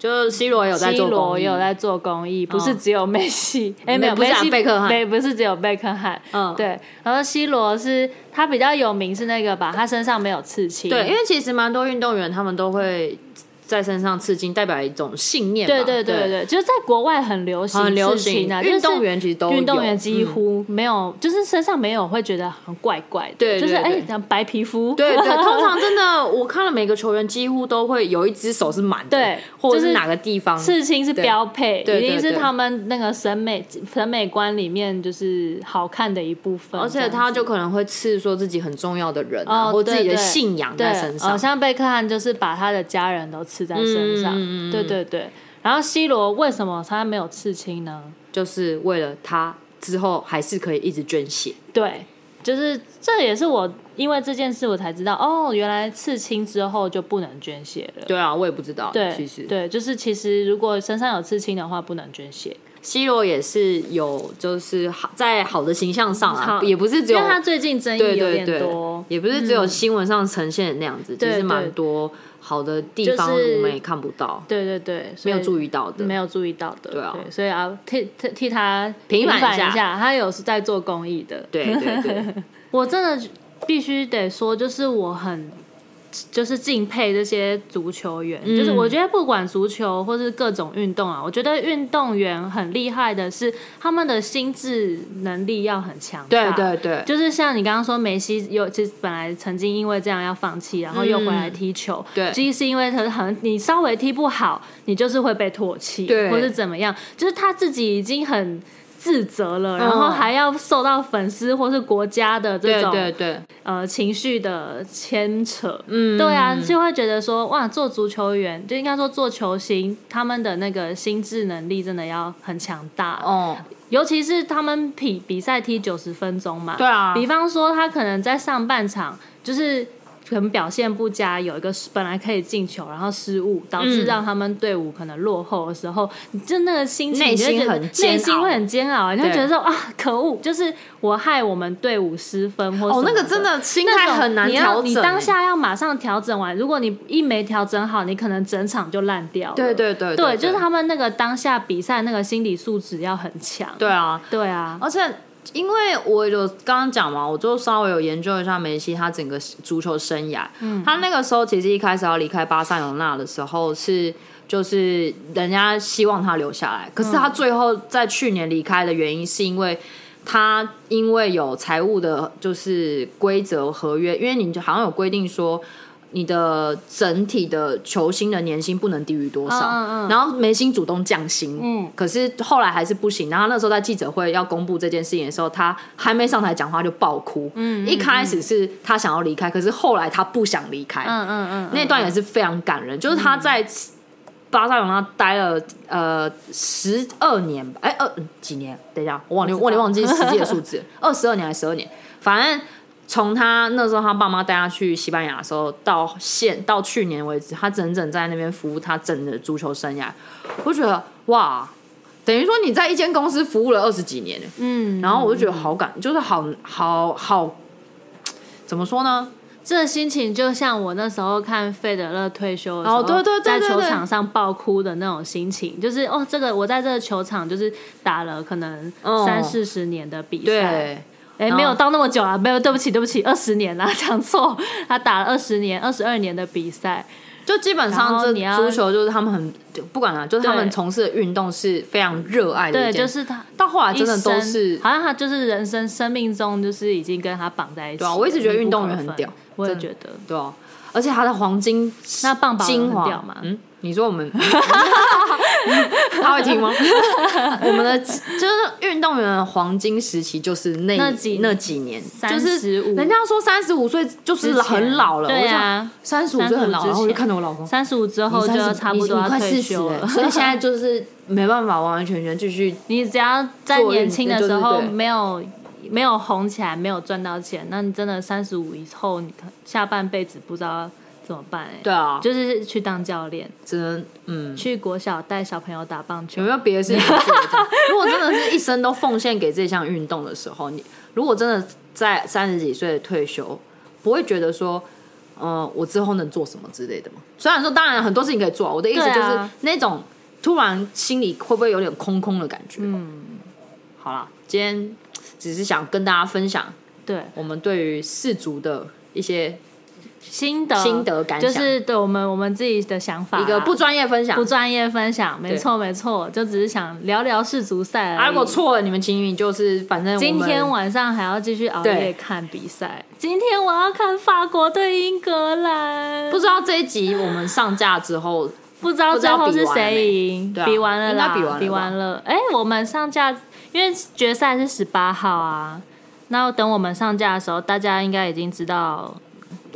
[SPEAKER 2] 就是 C 罗也有在
[SPEAKER 1] C
[SPEAKER 2] 做
[SPEAKER 1] 罗
[SPEAKER 2] 公益
[SPEAKER 1] 也有在做公益，不是只有梅西，哎、
[SPEAKER 2] 没
[SPEAKER 1] 没有
[SPEAKER 2] 不是
[SPEAKER 1] 梅
[SPEAKER 2] 啊
[SPEAKER 1] 西
[SPEAKER 2] 贝克汉
[SPEAKER 1] 没不是只有贝克汉，
[SPEAKER 2] 嗯
[SPEAKER 1] 对，然后 C 罗是他比较有名是那个吧，他身上没有刺青，
[SPEAKER 2] 对，因为其实蛮多运动员他们都会在身上刺青代表一种信念吧。
[SPEAKER 1] 对对对对，就是在国外很流行
[SPEAKER 2] 很流
[SPEAKER 1] 刺青
[SPEAKER 2] 行
[SPEAKER 1] 啊，
[SPEAKER 2] 运动
[SPEAKER 1] 就是
[SPEAKER 2] 员其实都
[SPEAKER 1] 运动员
[SPEAKER 2] 有嗯
[SPEAKER 1] 几乎没有，就是身上没有会觉得很怪怪的，
[SPEAKER 2] 对对
[SPEAKER 1] 就是哎
[SPEAKER 2] 对，
[SPEAKER 1] 讲白皮肤，
[SPEAKER 2] 对 *laughs*
[SPEAKER 1] *laughs*
[SPEAKER 2] 对，通常真的，我看了每个球员几乎都会有一只手是满的，
[SPEAKER 1] 对
[SPEAKER 2] 或者
[SPEAKER 1] 就是
[SPEAKER 2] 是哪个地方，
[SPEAKER 1] 刺青是标配，
[SPEAKER 2] 对对
[SPEAKER 1] 一定是
[SPEAKER 2] 对
[SPEAKER 1] 他们那个审美审美观里面就是好看的一部分，
[SPEAKER 2] 而
[SPEAKER 1] 这
[SPEAKER 2] 且
[SPEAKER 1] 样子
[SPEAKER 2] 他就可能会刺说自己很重要的人啊，
[SPEAKER 1] 哦
[SPEAKER 2] 或自己
[SPEAKER 1] 对
[SPEAKER 2] 的
[SPEAKER 1] 对
[SPEAKER 2] 信仰在
[SPEAKER 1] 对
[SPEAKER 2] 身
[SPEAKER 1] 呃
[SPEAKER 2] 上。
[SPEAKER 1] 像贝克汉就是把他的家人都刺在身上，
[SPEAKER 2] 嗯嗯嗯嗯
[SPEAKER 1] 对对对。然后 C 罗为什么他没有刺青呢？
[SPEAKER 2] 就是为了他之后还是可以一直捐血。
[SPEAKER 1] 对，就是这也是我因为这件事我才知道，哦，原来刺青之后就不能捐血了。
[SPEAKER 2] 对啊，我也不知道，
[SPEAKER 1] 对，
[SPEAKER 2] 其实
[SPEAKER 1] 对，就是其实如果身上有刺青的话，不能捐血，
[SPEAKER 2] C 罗也是有，就是好在好的形象上啊，
[SPEAKER 1] 好
[SPEAKER 2] 也不是只有
[SPEAKER 1] 因为他最近争议
[SPEAKER 2] 对
[SPEAKER 1] 有
[SPEAKER 2] 对
[SPEAKER 1] 点
[SPEAKER 2] 对
[SPEAKER 1] 多，，嗯
[SPEAKER 2] 也不是只有新闻上呈现的那样子，其
[SPEAKER 1] 对
[SPEAKER 2] 实
[SPEAKER 1] 对
[SPEAKER 2] 蛮多好的地
[SPEAKER 1] 就是
[SPEAKER 2] 方我们也看不到，
[SPEAKER 1] 对对对，所
[SPEAKER 2] 没
[SPEAKER 1] 以
[SPEAKER 2] 有注意到的
[SPEAKER 1] 没。有注意到的，
[SPEAKER 2] 对啊
[SPEAKER 1] 所以啊，替替替他
[SPEAKER 2] 平反
[SPEAKER 1] 反
[SPEAKER 2] 一
[SPEAKER 1] 一
[SPEAKER 2] 下
[SPEAKER 1] 下，他有在做公益的，
[SPEAKER 2] 对对
[SPEAKER 1] *laughs*
[SPEAKER 2] 对，
[SPEAKER 1] 我真的必须得说，就是我很就是敬佩这些足球员，
[SPEAKER 2] 嗯
[SPEAKER 1] 就是我觉得不管足球或是各种运动啊，我觉得运动员很厉害的是他们的心智能力要很强
[SPEAKER 2] 对
[SPEAKER 1] 大。
[SPEAKER 2] 对对，
[SPEAKER 1] 就是像你刚刚说梅西有，其实本来曾经因为这样要放弃，然后又回来踢球，
[SPEAKER 2] 嗯对
[SPEAKER 1] 其实是因为他很你稍微踢不好，你就是会被唾弃，
[SPEAKER 2] 对
[SPEAKER 1] 或是怎么样，就是他自己已经很自责了，然后还要受到粉丝或是国家的这
[SPEAKER 2] 嗯对
[SPEAKER 1] 种
[SPEAKER 2] 对对，
[SPEAKER 1] 呃情绪的牵扯，
[SPEAKER 2] 嗯，
[SPEAKER 1] 对啊，就会觉得说哇，做足球员就应该说做球星，他们的那个心智能力真的要很强大，
[SPEAKER 2] 哦，
[SPEAKER 1] 尤其是他们比比赛踢九十分钟嘛，
[SPEAKER 2] 对啊，
[SPEAKER 1] 比方说，他可能在上半场就是可能表现不佳，有一个本来可以进球，然后失误，导
[SPEAKER 2] 嗯
[SPEAKER 1] 致让他们队伍可能落后的时候，你就那个心情
[SPEAKER 2] 内
[SPEAKER 1] 你就会
[SPEAKER 2] 心
[SPEAKER 1] 觉得，
[SPEAKER 2] 很煎
[SPEAKER 1] 内心
[SPEAKER 2] 熬
[SPEAKER 1] 会很煎熬，你会
[SPEAKER 2] 对
[SPEAKER 1] 觉得说啊，可恶，就是我害我们队伍失分或
[SPEAKER 2] 哦，
[SPEAKER 1] 什
[SPEAKER 2] 那个
[SPEAKER 1] 么
[SPEAKER 2] 真的心
[SPEAKER 1] 那
[SPEAKER 2] 态
[SPEAKER 1] 种
[SPEAKER 2] 很难
[SPEAKER 1] 你要
[SPEAKER 2] 调整欸，
[SPEAKER 1] 你当下要马上调整完，如果你一没调整好，你可能整场就烂掉了。
[SPEAKER 2] 对对对
[SPEAKER 1] 对，
[SPEAKER 2] 对，
[SPEAKER 1] 就是他们那个当下比赛那个心理素质要很强。
[SPEAKER 2] 对啊，
[SPEAKER 1] 对啊，
[SPEAKER 2] 而且因为我有刚刚讲嘛，我就稍微有研究一下梅西他整个足球生涯。嗯，他那个时候其实一开始要离开巴塞罗那的时候是。就是人家希望他留下来，可是他最后在去年离开的原因是因为他因为有财务的，就是规则合约，因为你就好像有规定说你的整体的球星的年薪不能低于多少，
[SPEAKER 1] 嗯嗯嗯
[SPEAKER 2] 然后梅西主动降薪，
[SPEAKER 1] 嗯
[SPEAKER 2] 可是后来还是不行。然后那时候在记者会要公布这件事情的时候，他还没上台讲话就爆哭，嗯，一开始是他想要离开，可是后来他不想离开，
[SPEAKER 1] 嗯嗯嗯，
[SPEAKER 2] 那段也是非常感人，就是他在巴塞罗那待了呃十二年吧，哎、二几年？等一下，我忘记，我有点
[SPEAKER 1] *laughs*
[SPEAKER 2] 忘记实际的数字，二十二年还是十二年？反正从他那时候他爸妈带他去西班牙的时候，到现到去年为止，他整整在那边服务他整个足球生涯，我就觉得哇，等于说你在一间公司服务了二十几年、欸，
[SPEAKER 1] 嗯，
[SPEAKER 2] 然后我就觉得好感，就是好好好，怎么说呢？
[SPEAKER 1] 这心情就像我那时候看费德勒退休的时候，
[SPEAKER 2] 哦对对对
[SPEAKER 1] 在
[SPEAKER 2] 对
[SPEAKER 1] 球
[SPEAKER 2] 对
[SPEAKER 1] 场上爆哭的那种心情，就是哦，这个我在这个球场就是打了可能
[SPEAKER 2] 哦
[SPEAKER 1] 三四十年的比赛，
[SPEAKER 2] 对。嗯
[SPEAKER 1] 哎、
[SPEAKER 2] 后
[SPEAKER 1] 没有到那么久啊，没有，对不起，对不起，二十年啦， *laughs* 讲错，他打了二十年、二十二年的比赛，
[SPEAKER 2] 就基本上
[SPEAKER 1] 然
[SPEAKER 2] 这
[SPEAKER 1] 后你要
[SPEAKER 2] 足球就是他们很就不管了、就是他们
[SPEAKER 1] 对
[SPEAKER 2] 从事的运动是非常热爱的
[SPEAKER 1] 对，
[SPEAKER 2] 一件
[SPEAKER 1] 就
[SPEAKER 2] 事。
[SPEAKER 1] 是他
[SPEAKER 2] 到后来真的
[SPEAKER 1] 一
[SPEAKER 2] 都
[SPEAKER 1] 生
[SPEAKER 2] 是
[SPEAKER 1] 好像他就是人生生命中就是已经跟他绑在一起了。
[SPEAKER 2] 对啊我一直觉得
[SPEAKER 1] 密不
[SPEAKER 2] 运动
[SPEAKER 1] 可
[SPEAKER 2] 员很
[SPEAKER 1] 分
[SPEAKER 2] 屌
[SPEAKER 1] 我也
[SPEAKER 2] 真的
[SPEAKER 1] 觉得，
[SPEAKER 2] 对啊，而且他的黄金
[SPEAKER 1] 那棒棒
[SPEAKER 2] 精
[SPEAKER 1] 很
[SPEAKER 2] 华
[SPEAKER 1] 屌嘛，
[SPEAKER 2] 嗯， *laughs* 你说我们他会
[SPEAKER 1] *laughs*
[SPEAKER 2] 听吗？我们的就是运动员的黄金时期就是那
[SPEAKER 1] 那几
[SPEAKER 2] 那几年，就
[SPEAKER 1] 35
[SPEAKER 2] 是人家说三十五岁就是
[SPEAKER 1] 之前
[SPEAKER 2] 很老了，
[SPEAKER 1] 对啊
[SPEAKER 2] 我三十五岁很老，
[SPEAKER 1] 35之前
[SPEAKER 2] 然后我就看着我老公，
[SPEAKER 1] 三十五之后
[SPEAKER 2] 你30
[SPEAKER 1] 就差不多
[SPEAKER 2] 你
[SPEAKER 1] 要
[SPEAKER 2] 你快
[SPEAKER 1] 退
[SPEAKER 2] 四十
[SPEAKER 1] 休了 *laughs*
[SPEAKER 2] 了，。所以现在就是没办法完完全全继续
[SPEAKER 1] 你只要在年轻的时
[SPEAKER 2] 做
[SPEAKER 1] 候
[SPEAKER 2] 运对
[SPEAKER 1] 没有没有红起来，没有赚到钱，那你真的三十五以后，你可下半辈子不知道怎么办哎、
[SPEAKER 2] 对啊，
[SPEAKER 1] 就是去当教练，
[SPEAKER 2] 只能嗯，
[SPEAKER 1] 去国小带小朋友打棒球
[SPEAKER 2] 有没。有别的事情可以做得到？如果真的是一生都奉献给这项运动的时候，你如果真的在三十几岁退休，不会觉得说。嗯，我之后能做什么之类的吗？虽然说，当然很多事情可以做啊。我的意思
[SPEAKER 1] 对啊
[SPEAKER 2] 就是、那种突然心里会不会有点空空的感觉？嗯，好啦，今天只是想跟大家分享
[SPEAKER 1] 对，
[SPEAKER 2] 我们对于氏族的一些
[SPEAKER 1] 心得
[SPEAKER 2] 心得感想
[SPEAKER 1] 就是对我们我们自己的想法啊、
[SPEAKER 2] 一个不专业分享
[SPEAKER 1] 不。专业分享，没
[SPEAKER 2] 对
[SPEAKER 1] 错没错，就只是想聊聊世足赛而已。
[SPEAKER 2] 啊，如果错了，你们请你就是反正我
[SPEAKER 1] 今
[SPEAKER 2] 们
[SPEAKER 1] 天晚上还要继续熬夜
[SPEAKER 2] 对
[SPEAKER 1] 看比赛，今天我要看法国对英格兰，
[SPEAKER 2] 不知道这一集我们上架之
[SPEAKER 1] *laughs*
[SPEAKER 2] 后，
[SPEAKER 1] 不知道最后是谁赢，
[SPEAKER 2] 不知道
[SPEAKER 1] 比
[SPEAKER 2] 比
[SPEAKER 1] 完
[SPEAKER 2] 完
[SPEAKER 1] 了
[SPEAKER 2] 了
[SPEAKER 1] 啦，
[SPEAKER 2] 没欸对啊
[SPEAKER 1] 比完了。哎、我们上架，因为决赛是十八号啊，那等我们上架的时候，大家应该已经知道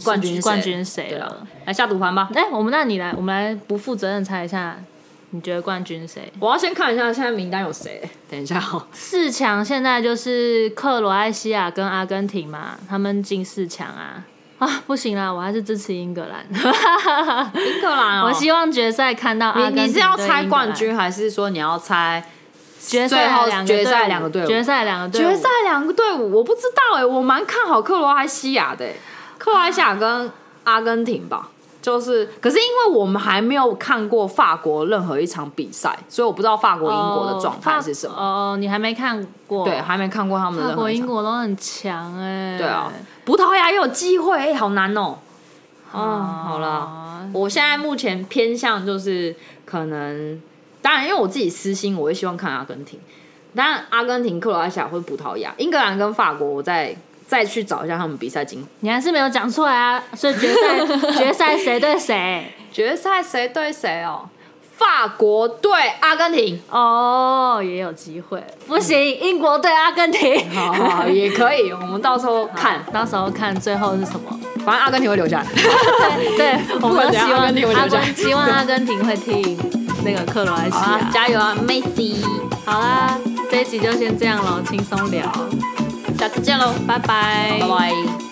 [SPEAKER 2] 冠军是谁
[SPEAKER 1] 冠军谁
[SPEAKER 2] 对
[SPEAKER 1] 了
[SPEAKER 2] 啊。来下赌盘吧。
[SPEAKER 1] 哎、我们那你来，我们来不负责任猜一下，你觉得冠军谁？
[SPEAKER 2] 我要先看一下现在名单有
[SPEAKER 1] *laughs*
[SPEAKER 2] 谁。等一下 *laughs* 哦，
[SPEAKER 1] 四强现在就是克罗埃西亚跟阿根廷嘛，他们进四强啊。啊，不行啦，我还是支持英格
[SPEAKER 2] *laughs*
[SPEAKER 1] 兰。
[SPEAKER 2] 英格兰哦，
[SPEAKER 1] 我希望决赛看到阿根廷
[SPEAKER 2] 你你是要
[SPEAKER 1] 对
[SPEAKER 2] 猜
[SPEAKER 1] 英格兰
[SPEAKER 2] 冠军，还是说你要猜
[SPEAKER 1] 决赛
[SPEAKER 2] 最后
[SPEAKER 1] 两个
[SPEAKER 2] 决赛
[SPEAKER 1] 队伍
[SPEAKER 2] 两个队伍
[SPEAKER 1] 决赛两个队伍，
[SPEAKER 2] 决赛两个队伍？我不知道哎、我蛮看好克罗埃西亚
[SPEAKER 1] 啊
[SPEAKER 2] 的欸、克罗埃西亚跟阿根廷吧。就是，可是因为我们还没有看过法国任何一场比赛，所以我不知道法国、英国的状态是什么。
[SPEAKER 1] 哦，你还没看过？
[SPEAKER 2] 对，，还没看过他们的
[SPEAKER 1] 法
[SPEAKER 2] 任何
[SPEAKER 1] 国、
[SPEAKER 2] 一
[SPEAKER 1] 英
[SPEAKER 2] 场。
[SPEAKER 1] 国都很强哎、
[SPEAKER 2] 对啊，葡萄牙也有机会，哎、好难哦、嗯，好了，
[SPEAKER 1] 啊，
[SPEAKER 2] 我现在目前偏向就是可能，当然因为我自己私心，我会希望看阿根廷，但阿根廷、克罗埃西亚或者葡萄啊牙、英格兰跟法国，我再再去找一下他们比赛经
[SPEAKER 1] 你还是没有讲出来啊！所以
[SPEAKER 2] *laughs*
[SPEAKER 1] 决赛决赛谁对谁？
[SPEAKER 2] 决赛谁对谁哦。法国对阿根廷，
[SPEAKER 1] 哦，也有机会。不行，英国对阿根 *laughs* 廷。
[SPEAKER 2] 好好好也可以，我们到时候看，
[SPEAKER 1] 到时候看最后是什么。
[SPEAKER 2] 反正阿根廷会留下来。
[SPEAKER 1] 对，对我们
[SPEAKER 2] 管
[SPEAKER 1] 都
[SPEAKER 2] 怎样
[SPEAKER 1] 希
[SPEAKER 2] 阿
[SPEAKER 1] 望
[SPEAKER 2] 根廷我觉得这样
[SPEAKER 1] 希望阿根廷会踢那个克罗埃西
[SPEAKER 2] 好啊，
[SPEAKER 1] 亚。
[SPEAKER 2] 加油啊，Messi！
[SPEAKER 1] 好啊啦，这一集就先这样喽，轻松聊，
[SPEAKER 2] 下次见喽，
[SPEAKER 1] 拜拜，
[SPEAKER 2] 拜拜。